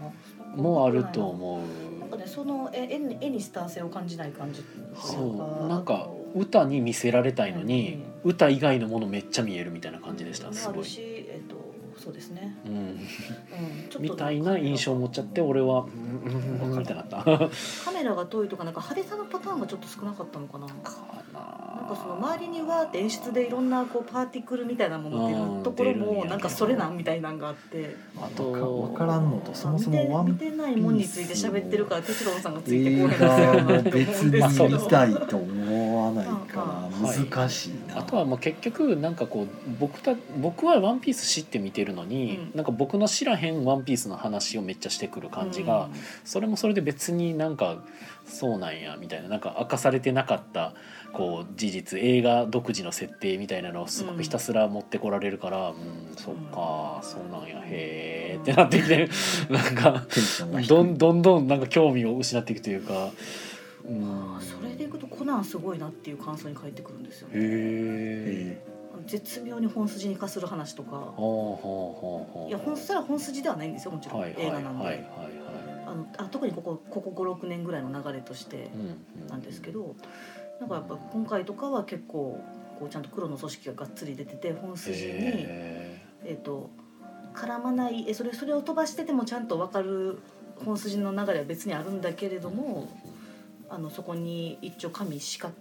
Speaker 1: もあると思う
Speaker 3: なんかねその絵絵に絵にスター性を感じない感じというか
Speaker 1: そうなんか歌に見せられたいのに、歌以外のものめっちゃ見えるみたいな感じでした
Speaker 3: うん
Speaker 1: す
Speaker 3: あ
Speaker 1: ご
Speaker 3: る
Speaker 1: い、
Speaker 3: しえっ、とそうですね、
Speaker 1: うん、
Speaker 3: うん、ちょっと
Speaker 1: みたいな印象を持っちゃって俺はうんうんうんみたいになったか
Speaker 3: カメラが遠いとかなんか派手さのパターンがちょっと少なかったのかななんかその周りにわーって演出でいろんなこうパーティクルみたいなもの出るところ
Speaker 1: うん出るんや
Speaker 3: も
Speaker 1: ね
Speaker 3: なんかそれなんみたいなんがあって
Speaker 1: あ
Speaker 2: わか
Speaker 1: と
Speaker 2: わからんのとそもそもワン
Speaker 3: 見て見てないもんについて喋ってるから哲郎さんがついて
Speaker 2: 映
Speaker 3: こうへん
Speaker 2: 画は
Speaker 3: と思
Speaker 2: 別
Speaker 3: うんですけ
Speaker 2: に見
Speaker 3: ど
Speaker 2: たいと思わないか
Speaker 1: はい
Speaker 2: ら難しいな、
Speaker 1: あとはまあ結局なんかこう僕た僕は「ワンピース知って見てるのに、
Speaker 3: う
Speaker 1: なんか僕の知らへん「ワンピースの話をめっちゃしてくる感じが、それもそれで別になんかそうなんやみたいななんか明かされてなかったこう事実映画独自の設定みたいなのをすごくひたすら持ってこられるからうん、そっかそうなんやへえってなってき てなんか
Speaker 2: テンションが低い
Speaker 1: どんどんどんなんか興味を失っていくというか。うん
Speaker 3: あーそれでいくとコナンすごいなっていう感想に返ってくるんですよ
Speaker 1: へ
Speaker 3: ね
Speaker 1: え。
Speaker 2: え
Speaker 3: 絶妙に本筋に化する話とか
Speaker 1: ほうほうほうほう。
Speaker 3: いや本それは本筋ではないんですよもちろん
Speaker 1: はいはい
Speaker 3: 映
Speaker 1: は
Speaker 3: 画
Speaker 1: い
Speaker 3: なん
Speaker 1: はい
Speaker 3: であのあ特にここここ56年ぐらいの流れとして
Speaker 1: はい。
Speaker 3: なんですけどなんかやっぱ今回とかは結構こうちゃんと黒の組織ががっつり出てて本筋に、え
Speaker 1: へ
Speaker 3: ー、と絡まないえそれそれを飛ばしててもちゃんと分かる本筋の流れは別にあるんだけれどもあのそこに一応神仕掛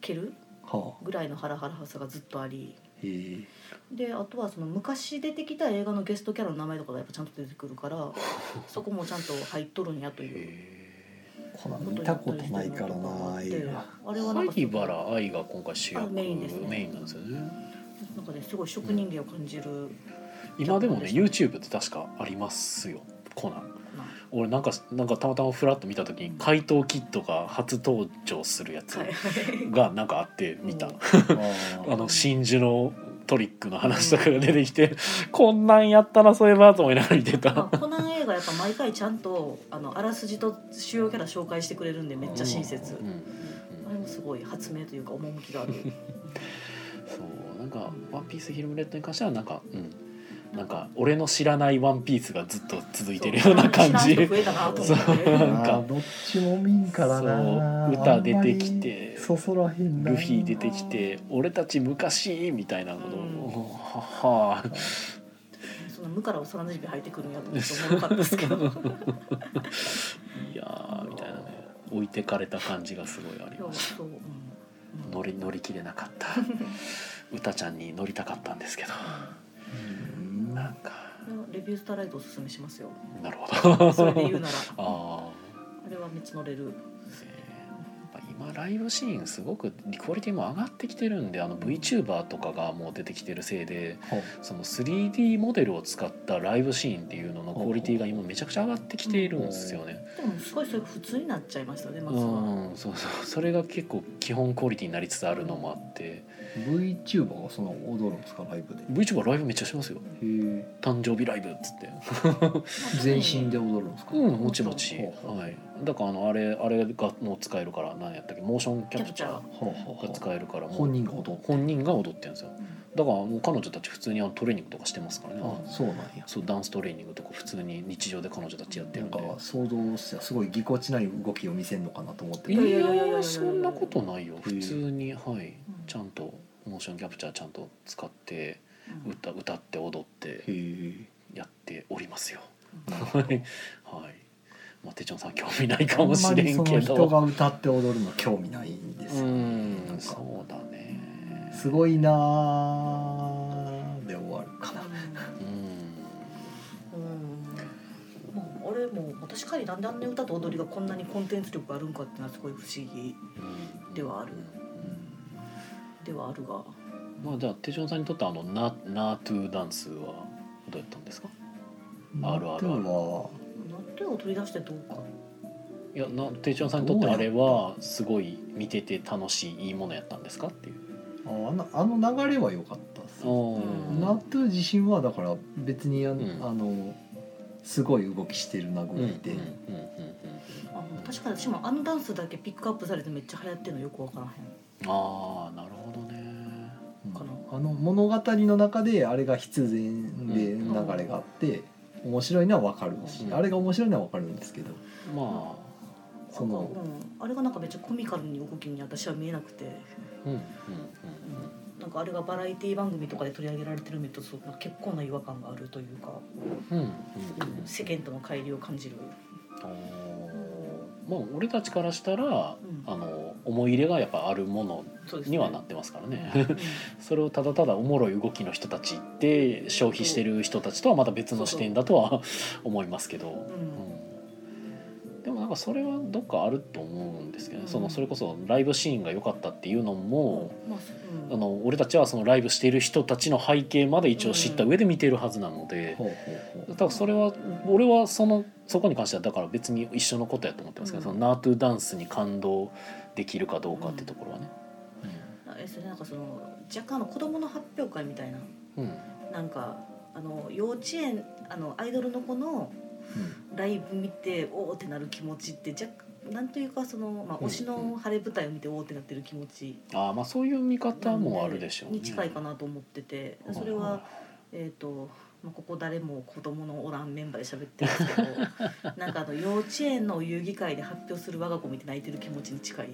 Speaker 3: ける
Speaker 2: はあ
Speaker 3: ぐらいのハラハラさがずっとあり
Speaker 2: ええ
Speaker 3: であとはその昔出てきた映画のゲストキャラの名前とかがやっぱちゃんと出てくるからそこもちゃんと入っとるんやという。
Speaker 1: え。
Speaker 2: こんなん見たことないからな映画
Speaker 3: あれはなんか
Speaker 1: 萩原愛が今回主
Speaker 3: あ
Speaker 1: 役
Speaker 3: メインですね
Speaker 1: メインなんですよね。
Speaker 3: なんかねすごい職人芸を感じる
Speaker 1: 今でもね
Speaker 3: 脚本
Speaker 1: YouTube って確かありますよ。コナン。
Speaker 3: な
Speaker 1: 俺なんかなんかたまたまフラッと見た時に怪盗キッドが初登場するやつがなんかあって見た。
Speaker 3: うん
Speaker 1: あ
Speaker 2: あ
Speaker 1: の真珠のトリックの話とかが出てきて、こんなんやったなそういえばと思いながら見てた。
Speaker 3: まあ、コナン映画やっぱ毎回ちゃんとあのあらすじと主要キャラ紹介してくれるんでめっちゃ親切、
Speaker 1: うんうんうん
Speaker 3: あれもすごい発明というか趣がある
Speaker 1: そうなんか「ワンピースヒルムレッド」に関してはなんかうんなんか俺の知らない「ワンピースがずっと続いてるような感じ
Speaker 3: 知らん人増えたなと思って
Speaker 1: そう
Speaker 2: なんかどっちも見んからな
Speaker 1: そう歌出てきて
Speaker 2: あんまりそそらへんな
Speaker 1: ルフィ出てきて「俺たち昔」みたいなことを、
Speaker 3: うん
Speaker 1: はは
Speaker 3: その無から幼なじみ入ってくるんやと思っておもろかったですけど
Speaker 1: いやーみたいなね置いてかれた感じがすごいありまし
Speaker 3: そう、うん
Speaker 1: た乗り乗り切れなかった歌ちゃんに乗りたかったんですけど
Speaker 2: うん
Speaker 1: なんか
Speaker 3: レビュースターライトおすすめしますよ
Speaker 1: なる ほど
Speaker 3: それで言うならあ
Speaker 1: ああ
Speaker 3: れはめっちゃ乗れる
Speaker 1: やっぱ今ライブシーンすごくクオリティも上がってきてるんであの VTuber とかがもう出てきてるせいで
Speaker 2: は
Speaker 1: その 3D モデルを使ったライブシーンっていうののクオリティが今めちゃくちゃ上がってきているんですよね。
Speaker 3: でもすごいそれ普通になっちゃいましたねま
Speaker 1: う
Speaker 3: ずは
Speaker 1: んそうそうそれが結構基本クオリティになりつつあるのもあって
Speaker 2: VTuber がその踊るんですかライブで
Speaker 1: VTuber ライブめっちゃしますよ
Speaker 2: へえ
Speaker 1: 誕生日ライブっつって
Speaker 2: 全身で踊るんですか、
Speaker 1: うんもちもち、
Speaker 2: ほうほう
Speaker 1: はい、だからあのあれあれがもう使えるから何やったっけモーションキャプチャ
Speaker 3: キ
Speaker 2: ほうほう
Speaker 1: ーが
Speaker 2: ほ
Speaker 1: 使えるから
Speaker 2: う
Speaker 1: もう
Speaker 2: 本人が踊って
Speaker 1: 本人が踊ってるんですよ
Speaker 3: うん
Speaker 1: だからもう彼女たち普通にあのトレーニングとかしてますからね
Speaker 2: あそうなんや
Speaker 1: そうダンストレーニングとか普通に日常で彼女たちやって
Speaker 2: な
Speaker 1: る
Speaker 2: ん
Speaker 1: んで
Speaker 2: か想像してすごいぎこちない動きを見せるのかなと思って
Speaker 1: い
Speaker 2: た
Speaker 1: や
Speaker 3: や
Speaker 1: い
Speaker 3: いやいやいや
Speaker 1: や
Speaker 3: いや
Speaker 1: そんなことないよ
Speaker 2: へ
Speaker 1: 普
Speaker 2: え
Speaker 1: 通にはい
Speaker 3: うん
Speaker 1: ちゃんとモーションキャプチャーちゃんと使って
Speaker 3: うん
Speaker 1: 歌歌って踊って
Speaker 2: へえ
Speaker 1: やっておりますよ
Speaker 3: うん
Speaker 1: はいはいまあ手帳さん興味ない
Speaker 2: あ
Speaker 1: か
Speaker 2: ん
Speaker 1: もし
Speaker 2: ま
Speaker 1: れ
Speaker 2: りそ
Speaker 1: ん
Speaker 2: の
Speaker 1: け
Speaker 2: 人
Speaker 1: ど
Speaker 2: が歌って踊るの興味ないんで
Speaker 1: う
Speaker 2: すよ、
Speaker 1: んそうだね
Speaker 2: すごいなーで終わるかな
Speaker 1: うん
Speaker 3: うんもう俺もまあ確かになんであんな歌と踊りがこんなにコンテンツ力があるんかっていうのはすごい不思議
Speaker 1: うん
Speaker 3: ではあるではあるが
Speaker 1: まあじゃあ手帳さんにとってあのナナートゥーダンスはどうやったんですかあるあるある
Speaker 2: あとは
Speaker 3: 納豆を取り出してどうか
Speaker 1: いやな手帳さんにとってあれはすごい見てて楽しいいいものやったんですかっていう。
Speaker 2: あのあの流れは良かったです
Speaker 3: うん
Speaker 2: 納豆自身はだから別にあ,、
Speaker 1: ん
Speaker 2: あのすごい動きしてるな
Speaker 1: う
Speaker 2: ぐ
Speaker 1: んうんうんう
Speaker 2: ら
Speaker 1: ん
Speaker 2: いで、
Speaker 3: あの確かに私もあのダンスだけピックアップされてめっちゃ流行ってるのよくわからへん
Speaker 1: ああなるほどね。
Speaker 2: うん
Speaker 3: かな
Speaker 2: あの物語の中であれが必然で
Speaker 1: う
Speaker 2: 流
Speaker 3: ん
Speaker 2: れがあって、面白いのは分かるし、
Speaker 1: うん
Speaker 2: あれが面白いのは分かるんですけど
Speaker 1: ま
Speaker 2: その
Speaker 3: なんかうん、あれがなんかめっちゃコミカルに動きに私は見えなくて
Speaker 1: あうんうんうん
Speaker 3: なんかあれがバラエティ番組とかで取り上げられてるのとすごく結構な違和感があるというか、
Speaker 1: うんうんうん
Speaker 3: うん世間との乖離を感じる、
Speaker 1: あーまあ俺たちからしたら
Speaker 3: うん
Speaker 1: あの思い入れがやっぱあるもの
Speaker 3: そうですね
Speaker 1: にはなってますからね
Speaker 3: うん
Speaker 1: それをただただおもろい動きの人たちって消費してる人たちとはまた別の視点だとは思いますけど、うんでもなんかそれはどっかあると思うんですけどね、
Speaker 3: うん
Speaker 1: そのそれこそライブシーンが良かったっていうの
Speaker 3: うん
Speaker 1: も、
Speaker 3: まあそううん
Speaker 1: あの俺たちはそのライブしている人たちの背景まで一応知った上で見てるはずなので。
Speaker 2: ほうほうほ
Speaker 1: だからそれは俺はそのそこに関してはだから別に一緒のことやと思ってますけど、
Speaker 3: うん
Speaker 1: そのナートゥダンスに感動できるかどうかってところはね。
Speaker 2: う、
Speaker 3: あえそれなんかその若干あの子供の発表会みたいな
Speaker 1: うん
Speaker 3: なんかあの幼稚園あのアイドルの子の
Speaker 2: うん
Speaker 3: ライブ見ておおってなる気持ちって若干なんというかその、まあ、
Speaker 1: うん
Speaker 3: 推しの晴れ舞台を見ておおってなってる気持ち
Speaker 1: ああまあそういう見方もあるでしょうね。
Speaker 3: に近いかなと思ってて
Speaker 1: うん
Speaker 3: それは、えっ、と、まあ、ここ誰も子供のおらんメンバーで喋ってるんです けどなんかあの幼稚園の遊戯会で発表する我が子見て泣いてる気持ちに 近い、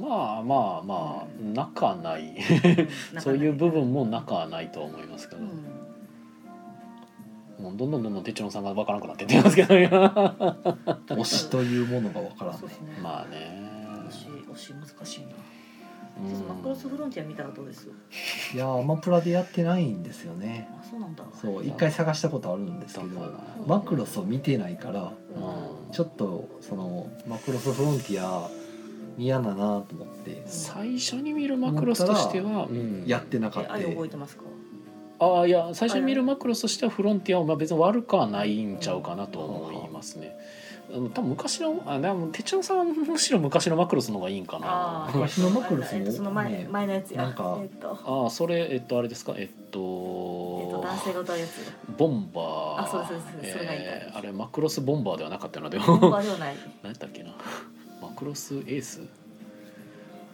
Speaker 1: まあまあまあなかない
Speaker 3: うん
Speaker 1: そういう部分もな
Speaker 3: なんか
Speaker 1: かはないとは思いますけ
Speaker 3: ね
Speaker 1: ど、
Speaker 3: うん
Speaker 1: もうどんどんどんどんてちのさんがわからなくなってってますけどね
Speaker 2: 推しというものが分から
Speaker 3: そう
Speaker 2: な
Speaker 3: ですね。
Speaker 1: まあね
Speaker 3: 推し推し難しいな。
Speaker 1: うん
Speaker 3: ちょっとマクロスフロンティア見たらどうです。
Speaker 2: いいやーアマプラでやってないんですよね
Speaker 3: あそうなんだ。
Speaker 2: そう一回探したことあるんですけ
Speaker 1: だから
Speaker 2: ど
Speaker 1: な
Speaker 2: マクロスを見てないから
Speaker 3: うん
Speaker 1: うん
Speaker 2: ちょっとそのマクロスフロンティア嫌だなと思って
Speaker 1: 最初に見るマクロスとしては、うん
Speaker 2: やってなかっ
Speaker 3: え
Speaker 2: た
Speaker 3: あれ覚えてますか。
Speaker 1: ああいや最初に見るマクロスとしてはフロンティアはまあ別に悪くはないんちゃうかなと思いますね。うん多分昔のあでもてちのさんはむしろ昔のマクロスの方がいいんかな。
Speaker 3: ー
Speaker 2: 昔のマクロスも
Speaker 3: えっとその前、
Speaker 2: ね
Speaker 3: 前のやつや。
Speaker 2: なんか
Speaker 3: えっと。
Speaker 1: ああそれえっとあれですかえっ
Speaker 3: えっと、
Speaker 1: と
Speaker 3: 男性が歌うやつ。
Speaker 1: ボンバー
Speaker 3: あそうですそうですそれがいいか
Speaker 1: えーあれマクロスボンバーではなかったので
Speaker 3: ボン
Speaker 1: も
Speaker 3: バーではない。
Speaker 1: 何やったっけなマクロスエース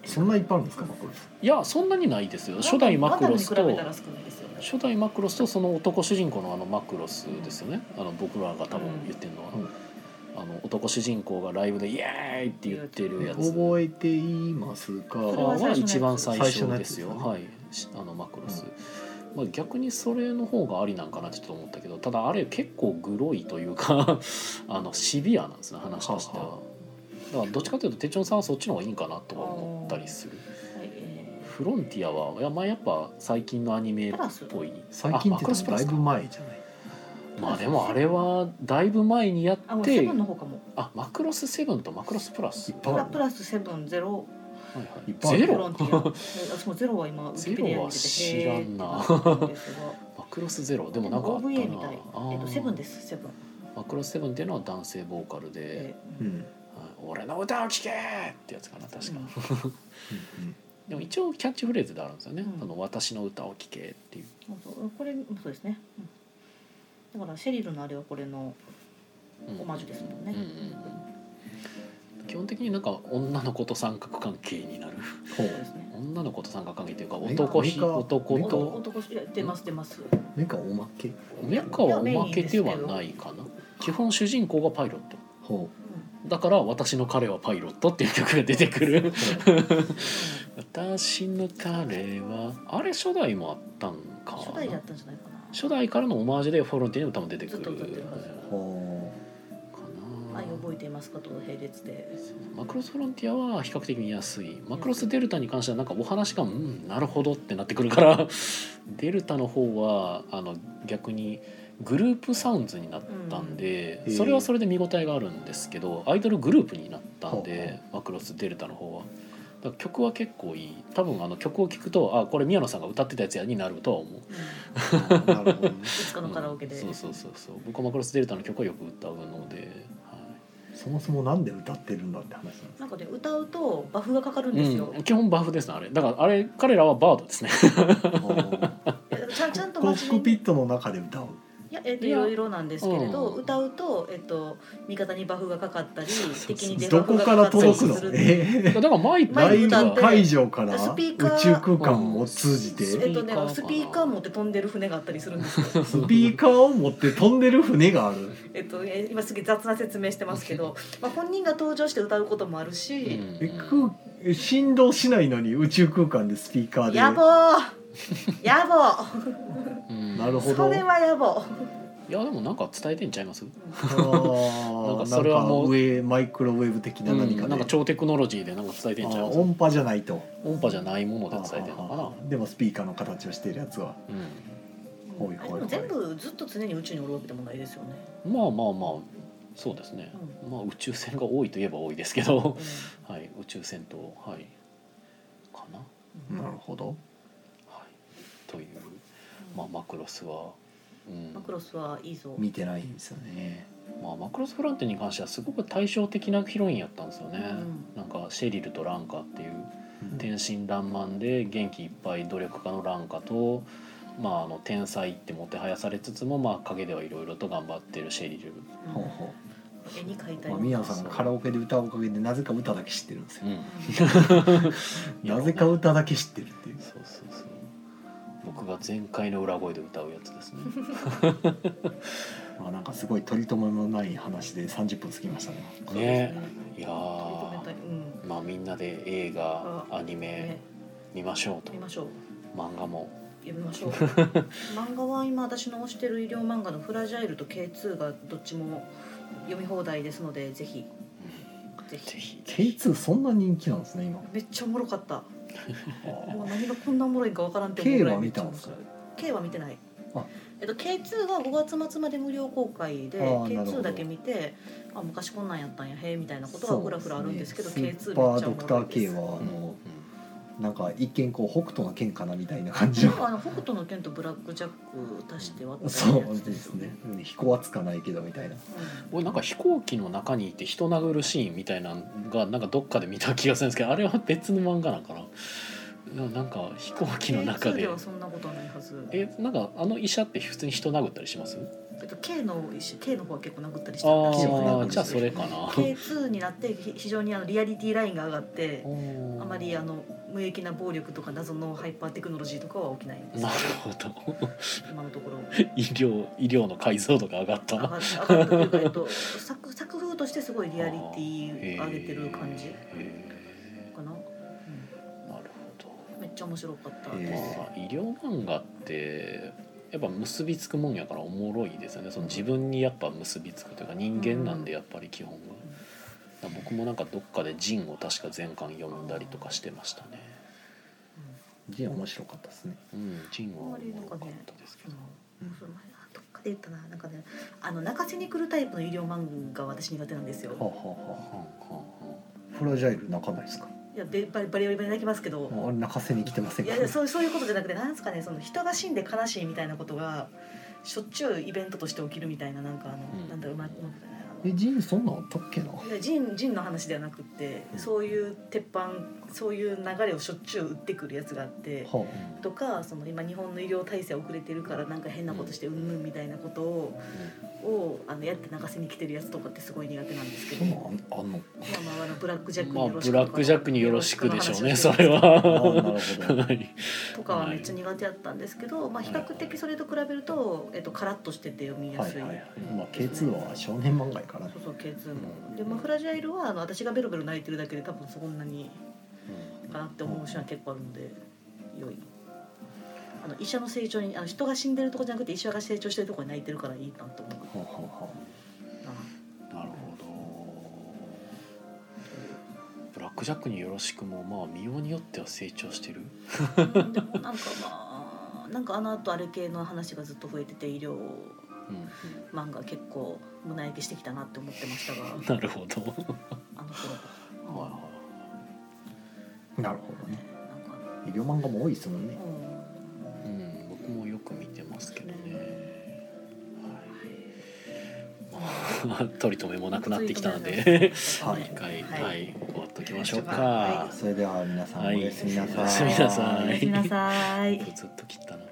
Speaker 2: そんないっぱいあるんですかマクロス
Speaker 1: いやそんなにないですよ初代マクロス
Speaker 3: ワンダムに比べた
Speaker 1: と
Speaker 3: ら少ないですよね。
Speaker 1: 初代マクロスとその男主人公のあのマクロスですよねあの僕らが多分言ってるのは、あの男主人公がライブで「イエーイ!」って言ってるやつ
Speaker 2: 覚えていますか
Speaker 3: それ
Speaker 1: は
Speaker 3: は最初のやつ
Speaker 1: 一番最初ですよ
Speaker 2: 最初の
Speaker 1: はいしあのマクロス、まあ、逆にそれの方がありなんかなってちょっと思ったけどただあれ結構グロいというか あのシビアなんですね話としては
Speaker 2: は
Speaker 1: だからどっちかというと手帳さんはそっちの方がいいんかなとか思ったりする
Speaker 3: はいえ
Speaker 1: フロンティアはいやまあやっぱ最近のアニメっぽい
Speaker 2: 最近
Speaker 1: あマ
Speaker 2: って
Speaker 1: クロスプラ
Speaker 2: だい
Speaker 1: スか
Speaker 2: ぶ前じゃない
Speaker 1: まあでもあれはだいぶ前にや
Speaker 3: ーあも
Speaker 1: っ
Speaker 3: うセ
Speaker 1: て
Speaker 3: ブンの方かも。
Speaker 1: あマクロスセブンとマクロスプラス
Speaker 2: いっ
Speaker 1: は
Speaker 2: ぱ
Speaker 3: プ
Speaker 2: い
Speaker 3: ラ
Speaker 2: あ
Speaker 3: プ
Speaker 2: る
Speaker 3: ラスセブンゼロ
Speaker 1: い
Speaker 2: いっ
Speaker 1: は
Speaker 2: ぱ
Speaker 1: い
Speaker 2: い
Speaker 1: ゼ
Speaker 2: ある
Speaker 3: フ
Speaker 1: ロ
Speaker 3: ロンティア。え私もゼロは今ウィキペディアに
Speaker 1: ゼロは知らん
Speaker 3: 出てへー
Speaker 1: な
Speaker 3: ってったんですが。
Speaker 1: マクロスゼロでもなんかあったな
Speaker 3: OVA みたい。えっとセブンですすセブン。
Speaker 1: マクロスセブンっていうのは男性ボーカルで
Speaker 3: え
Speaker 2: う
Speaker 3: ー
Speaker 2: んうん
Speaker 1: 「はい俺の歌を聴け!」ってやつかな確か、
Speaker 3: うん
Speaker 2: うん
Speaker 1: でも一応キャッチフレーズであるんですよね「
Speaker 3: うん
Speaker 1: あの私の歌を聴け」っていう
Speaker 3: そうそうこれそうですね、うんだからシェリルのあれはこれの
Speaker 1: うん
Speaker 3: オマージュですもん
Speaker 1: うん
Speaker 3: ね、
Speaker 1: うんうん基本的になんか女の子と三角関係になる
Speaker 2: ほ
Speaker 3: そうで
Speaker 2: う
Speaker 3: すね
Speaker 1: 女の子と三角関係というか
Speaker 2: メカ
Speaker 1: 男ひ
Speaker 2: メカ
Speaker 1: 男
Speaker 2: 本
Speaker 3: 男
Speaker 1: と
Speaker 3: 男いや出ます出ます
Speaker 2: なんかおまけ
Speaker 1: メカはおまけではないかな基本主人公がパイロット
Speaker 2: ほ
Speaker 1: だから「私の彼はパイロット」っていう曲が出てく る
Speaker 2: う
Speaker 1: 「私の彼は」あれ初代もあったんか
Speaker 3: 初代だったんじゃないかな
Speaker 1: 初代からのオマージュでフォロンティーにも多分出てく
Speaker 3: ずっ
Speaker 1: る
Speaker 3: と歌ってるはず
Speaker 2: ほ
Speaker 1: か
Speaker 3: 「
Speaker 1: な
Speaker 3: 愛を覚えていますか?」と並列で
Speaker 1: マクロスフロンティアは比較的見やすいマクロスデルタに関してはなんかお話がうんなるほどってなってくるから デルタの方はあの逆にグループサウンズになったんで、
Speaker 2: うん
Speaker 1: それはそれで見応えがあるんですけどアイドルグループになったん
Speaker 2: ほうほ
Speaker 1: でマクロスデルタの方は。だから曲は結構いい多分あの曲を聴くとあこれ宮野さんが歌ってたやつやになるとは思う
Speaker 3: うんいう
Speaker 2: なるほどね
Speaker 3: つかのカラオケで、
Speaker 1: うんそうそうそうそう僕はマクロスデルタの曲はよく歌うので、はい、
Speaker 2: そもそもなんで歌ってるんだって話なんです
Speaker 3: なんかね歌うとバフがかかるんですよ、
Speaker 1: うん、基本バフですねあれだからあれ彼らはバードですね
Speaker 2: けど
Speaker 3: いやちゃんちゃんと
Speaker 2: コ
Speaker 3: 真
Speaker 2: ック
Speaker 3: 面
Speaker 2: ピ
Speaker 3: 目に
Speaker 2: ットの中で歌う
Speaker 3: いや、えっと、
Speaker 1: い
Speaker 3: い
Speaker 1: や
Speaker 3: ろいろなんですけれど、
Speaker 1: うん
Speaker 3: 歌うと、えっと、味方にバフがかかったり、敵にデバ
Speaker 2: ど
Speaker 3: フ
Speaker 2: こ
Speaker 3: が
Speaker 2: か
Speaker 3: かからったり
Speaker 2: 届く
Speaker 3: す
Speaker 2: の
Speaker 1: だ
Speaker 3: る。
Speaker 2: え
Speaker 1: からマイ
Speaker 2: ー
Speaker 1: ク
Speaker 3: マ
Speaker 2: ラ
Speaker 3: イ
Speaker 2: イ
Speaker 3: クだ
Speaker 2: ブ
Speaker 3: って
Speaker 2: 会場から
Speaker 3: ス
Speaker 2: 宇
Speaker 3: ピーカー
Speaker 2: 宙空間を通じて
Speaker 1: うん
Speaker 3: えっとね、
Speaker 1: ス
Speaker 3: ス
Speaker 1: ピ
Speaker 3: ピ
Speaker 1: ーカーかな
Speaker 3: ーカー持って飛んでる船があったりするんですよ。
Speaker 2: スピーカーを持って飛んでる船がある
Speaker 3: えっと、え今すげえ雑な説明してますけど、まあ、本人が登場して歌うこともある
Speaker 1: う
Speaker 3: し。
Speaker 1: ん
Speaker 2: え空え振動しないのに宇宙空間でスピーカーで
Speaker 3: 野望。野望。
Speaker 1: うん
Speaker 2: なるほど
Speaker 3: それは野望。
Speaker 1: いやでもなんか伝えてんちゃいます
Speaker 2: あー
Speaker 1: なんかそれはもう
Speaker 2: なんか上マイクロウェーブ的な何かで、
Speaker 1: うんなんか超テクノロジーでなんか伝えてんちゃい
Speaker 2: あー
Speaker 1: ます
Speaker 2: 音波じゃないと
Speaker 1: 音波じゃないもので伝えてんのかな
Speaker 2: あーでもスピーカーの形をしているやつはほい
Speaker 3: あ
Speaker 2: ほい
Speaker 3: で
Speaker 2: ほい
Speaker 3: も全部ずっと常に宇宙におるわけでもないですよね。
Speaker 1: うんまあまあまあそうですね
Speaker 3: うん
Speaker 1: まあ宇宙船が多いといえば多いですけど
Speaker 3: うん
Speaker 1: はい宇宙船とはいかな
Speaker 2: なるほど
Speaker 1: はいというまあマクロスはうん
Speaker 3: マクロスはいいぞ。
Speaker 2: 見てないんですよね
Speaker 1: まあ、マクロスフランテに関してはすごく対照的なヒロインやったんですよね、なんかシェリルとランカっていう
Speaker 2: うん
Speaker 1: 天真爛漫で元気いっぱい努力家のランカと、まあ、あの天才ってもてはやされつつも、まあ、陰ではいろいろと頑張ってるシェリル、
Speaker 3: うん
Speaker 2: ほうほ
Speaker 3: 絵に描い
Speaker 2: う、
Speaker 3: た
Speaker 2: まあ、
Speaker 3: よ。
Speaker 2: 宮野さんがカラオケで歌うおかげでなぜか歌だけ知ってるんですよ
Speaker 1: うん、
Speaker 2: なぜか歌だけ知ってるっていう
Speaker 1: そうそうそう僕が全開の裏声で歌うやつですね
Speaker 2: まあなんかすごい取り留めのない話で30分過ぎましたね
Speaker 3: そうですね。
Speaker 1: いや
Speaker 3: 取り留めた
Speaker 1: ー
Speaker 3: い。うん。
Speaker 1: まあみんなで映画アニメ
Speaker 3: ね、
Speaker 1: 見ましょうと
Speaker 3: 見ましょう。
Speaker 1: 漫画も
Speaker 3: 読みま しょう漫画は今私の推してる医療漫画の「フラジャイル」と「K2」がどっちも読み放題ですのでぜひぜひ
Speaker 1: ぜひ
Speaker 2: K2 そんな人気なんですね今
Speaker 3: めっちゃおもろかったもう何がこんなおもろいんかわからんって思う
Speaker 2: K
Speaker 3: ぐらい
Speaker 2: は
Speaker 3: め
Speaker 2: 見
Speaker 3: っち
Speaker 2: た
Speaker 3: ゃ
Speaker 2: ん
Speaker 3: 面
Speaker 2: です
Speaker 3: 白
Speaker 2: か
Speaker 3: い K は見てない
Speaker 2: あ
Speaker 3: えっと、K2 が5月末まで無料公開で
Speaker 2: あーなるほど
Speaker 3: K2 だけ見てあ昔こんなんやったんやへえみたいなこと
Speaker 2: そう
Speaker 3: はふらふらあるんですけど
Speaker 2: ね
Speaker 3: K2
Speaker 2: スー
Speaker 3: めっ
Speaker 2: パー
Speaker 3: ちゃ
Speaker 2: ド
Speaker 3: お
Speaker 2: ク
Speaker 3: も
Speaker 2: タ
Speaker 3: ろ
Speaker 2: ー
Speaker 3: いで
Speaker 2: K
Speaker 3: す
Speaker 2: はあ
Speaker 1: うん
Speaker 2: の
Speaker 1: うん
Speaker 2: なんか一見こう北斗の剣かなみたいな感じの
Speaker 3: あの北斗の剣とブラックジャック足して割った
Speaker 2: そ
Speaker 3: や
Speaker 2: う
Speaker 3: つ
Speaker 2: で
Speaker 3: ですすよ
Speaker 2: ね、うん、飛行はつかないけどみたいな
Speaker 3: うん
Speaker 1: 俺なんか飛行機の中にいて人殴るシーンみたいなのがなんかどっかで見た気がするんですけどあれは別の漫画なんかなななんか飛行機の中
Speaker 3: K2 で
Speaker 1: で
Speaker 3: はそんなことはないはず
Speaker 1: えなんかあの医者って普通に人殴ったりします
Speaker 3: えっと、K の一種 K の方は結構殴ったりしてたらしいですね
Speaker 1: あ
Speaker 2: な
Speaker 1: あ
Speaker 2: んか
Speaker 1: じゃあそれかな
Speaker 3: K2 になってひ非常にあのリアリティラインが上がってあ
Speaker 1: あ
Speaker 3: まりあの無益な暴力とか謎のハイパーテクノロジーとかは起きないんです
Speaker 1: なるほど
Speaker 3: 今のところ
Speaker 1: 医療医療の解像度が上がっ
Speaker 3: 上
Speaker 1: た
Speaker 3: がっ上がったというか、えっと、 作作風としてすごいリアリティ上げてる感じ
Speaker 1: へえ
Speaker 3: かな、
Speaker 1: なるほ
Speaker 3: うん、めっちゃ面白かった
Speaker 2: へ
Speaker 1: ど、
Speaker 3: で、
Speaker 1: ます
Speaker 2: え
Speaker 1: あ、医療漫画ってやっぱ結びつくもんやからおもろいですよねその自分にやっぱ結びつくというか人間なんでやっぱり基本が。だから僕もなんかどっかで「ジン」を確か全巻読んだりとかしてましたね。
Speaker 2: ジン面白かったですね
Speaker 1: うん、ジンは面白かったですけ
Speaker 3: うん
Speaker 1: ど。
Speaker 2: うん
Speaker 3: その前あどっかで言ったななんかねあの泣かせに来るタイプの医療漫画は私苦手なんですよ
Speaker 2: はあ、はあは
Speaker 1: はんは
Speaker 2: あ、フラジャイル泣かないですか
Speaker 3: いやでバリバリバリバリ泣きますけど、
Speaker 2: ああれ泣かせに来てません
Speaker 3: い
Speaker 2: か
Speaker 3: やいやそうそういうことじゃなくてなんですかねその人が死んで悲しいみたいなことがしょっちゅうイベントとして起きるみたいななんかあの、
Speaker 1: うん
Speaker 3: なんだろうまうま
Speaker 2: えジンそんなんあったっけない
Speaker 3: や人人の話ではなくってそういう鉄板そういう流れをしょっちゅう打ってくるやつがあって
Speaker 2: は
Speaker 1: んはん。
Speaker 3: とかその今日本の医療体制遅れてるからなんか変なことしてうんぬんみたいなことををあのやって泣かせに来てるやつとかってすごい苦手なんです
Speaker 2: あ
Speaker 3: け
Speaker 2: そ
Speaker 3: ど。
Speaker 2: ん
Speaker 3: ま
Speaker 2: なんあんあん の
Speaker 3: あまあ、あのブラックジャック
Speaker 1: ま
Speaker 3: に
Speaker 1: あ
Speaker 3: よろ
Speaker 1: ブ
Speaker 3: しく
Speaker 1: ラック・ジャックによろしくでしょうねそれ
Speaker 2: ああなる
Speaker 1: は。
Speaker 2: ほど
Speaker 1: はい
Speaker 3: とかはめっちゃ苦手だったんですけど、まあ、比較的それと比べると、えっと、カラッとしてて読みや
Speaker 2: はい
Speaker 3: す
Speaker 2: はい
Speaker 3: い、
Speaker 2: はいまあ K2 は少年漫画やからね
Speaker 3: そうそう K2 もで、まあ、フラジャイルはあの私がベロベロ泣いてるだけで多分そんなにかなって思うシーンは結構あるので良いあの医者の成長にあの人が死んでるとこじゃなくて医者が成長してるとこに泣いてるからいいなと思う
Speaker 2: はあはあは
Speaker 3: な
Speaker 1: なるほど。ブラック・ジャックによろしくもまあ見ようによっては成長してる。
Speaker 3: うんでもなんかまあなんかあのあとあれ系の話がずっと増えてて医療
Speaker 1: うんうん
Speaker 3: 漫画結構胸焼けしてきたなって思ってましたが
Speaker 1: なるほど。はい
Speaker 3: あの 頃
Speaker 1: は
Speaker 2: あなるほどね
Speaker 3: なんか
Speaker 2: 医療漫画も多いですもんね
Speaker 3: うん
Speaker 1: い。うん僕もよく見てますけどね。はい。取り留めもなくなってきたの で。
Speaker 2: はい
Speaker 1: 一回、
Speaker 3: は
Speaker 1: はいい、終わっときましょうか。
Speaker 3: は
Speaker 2: それでは皆さんおやすみなさ
Speaker 1: は
Speaker 2: い、
Speaker 1: いおやすみなさい
Speaker 3: おやすみなさ
Speaker 1: ちょ
Speaker 3: い
Speaker 1: っ。と切ったな。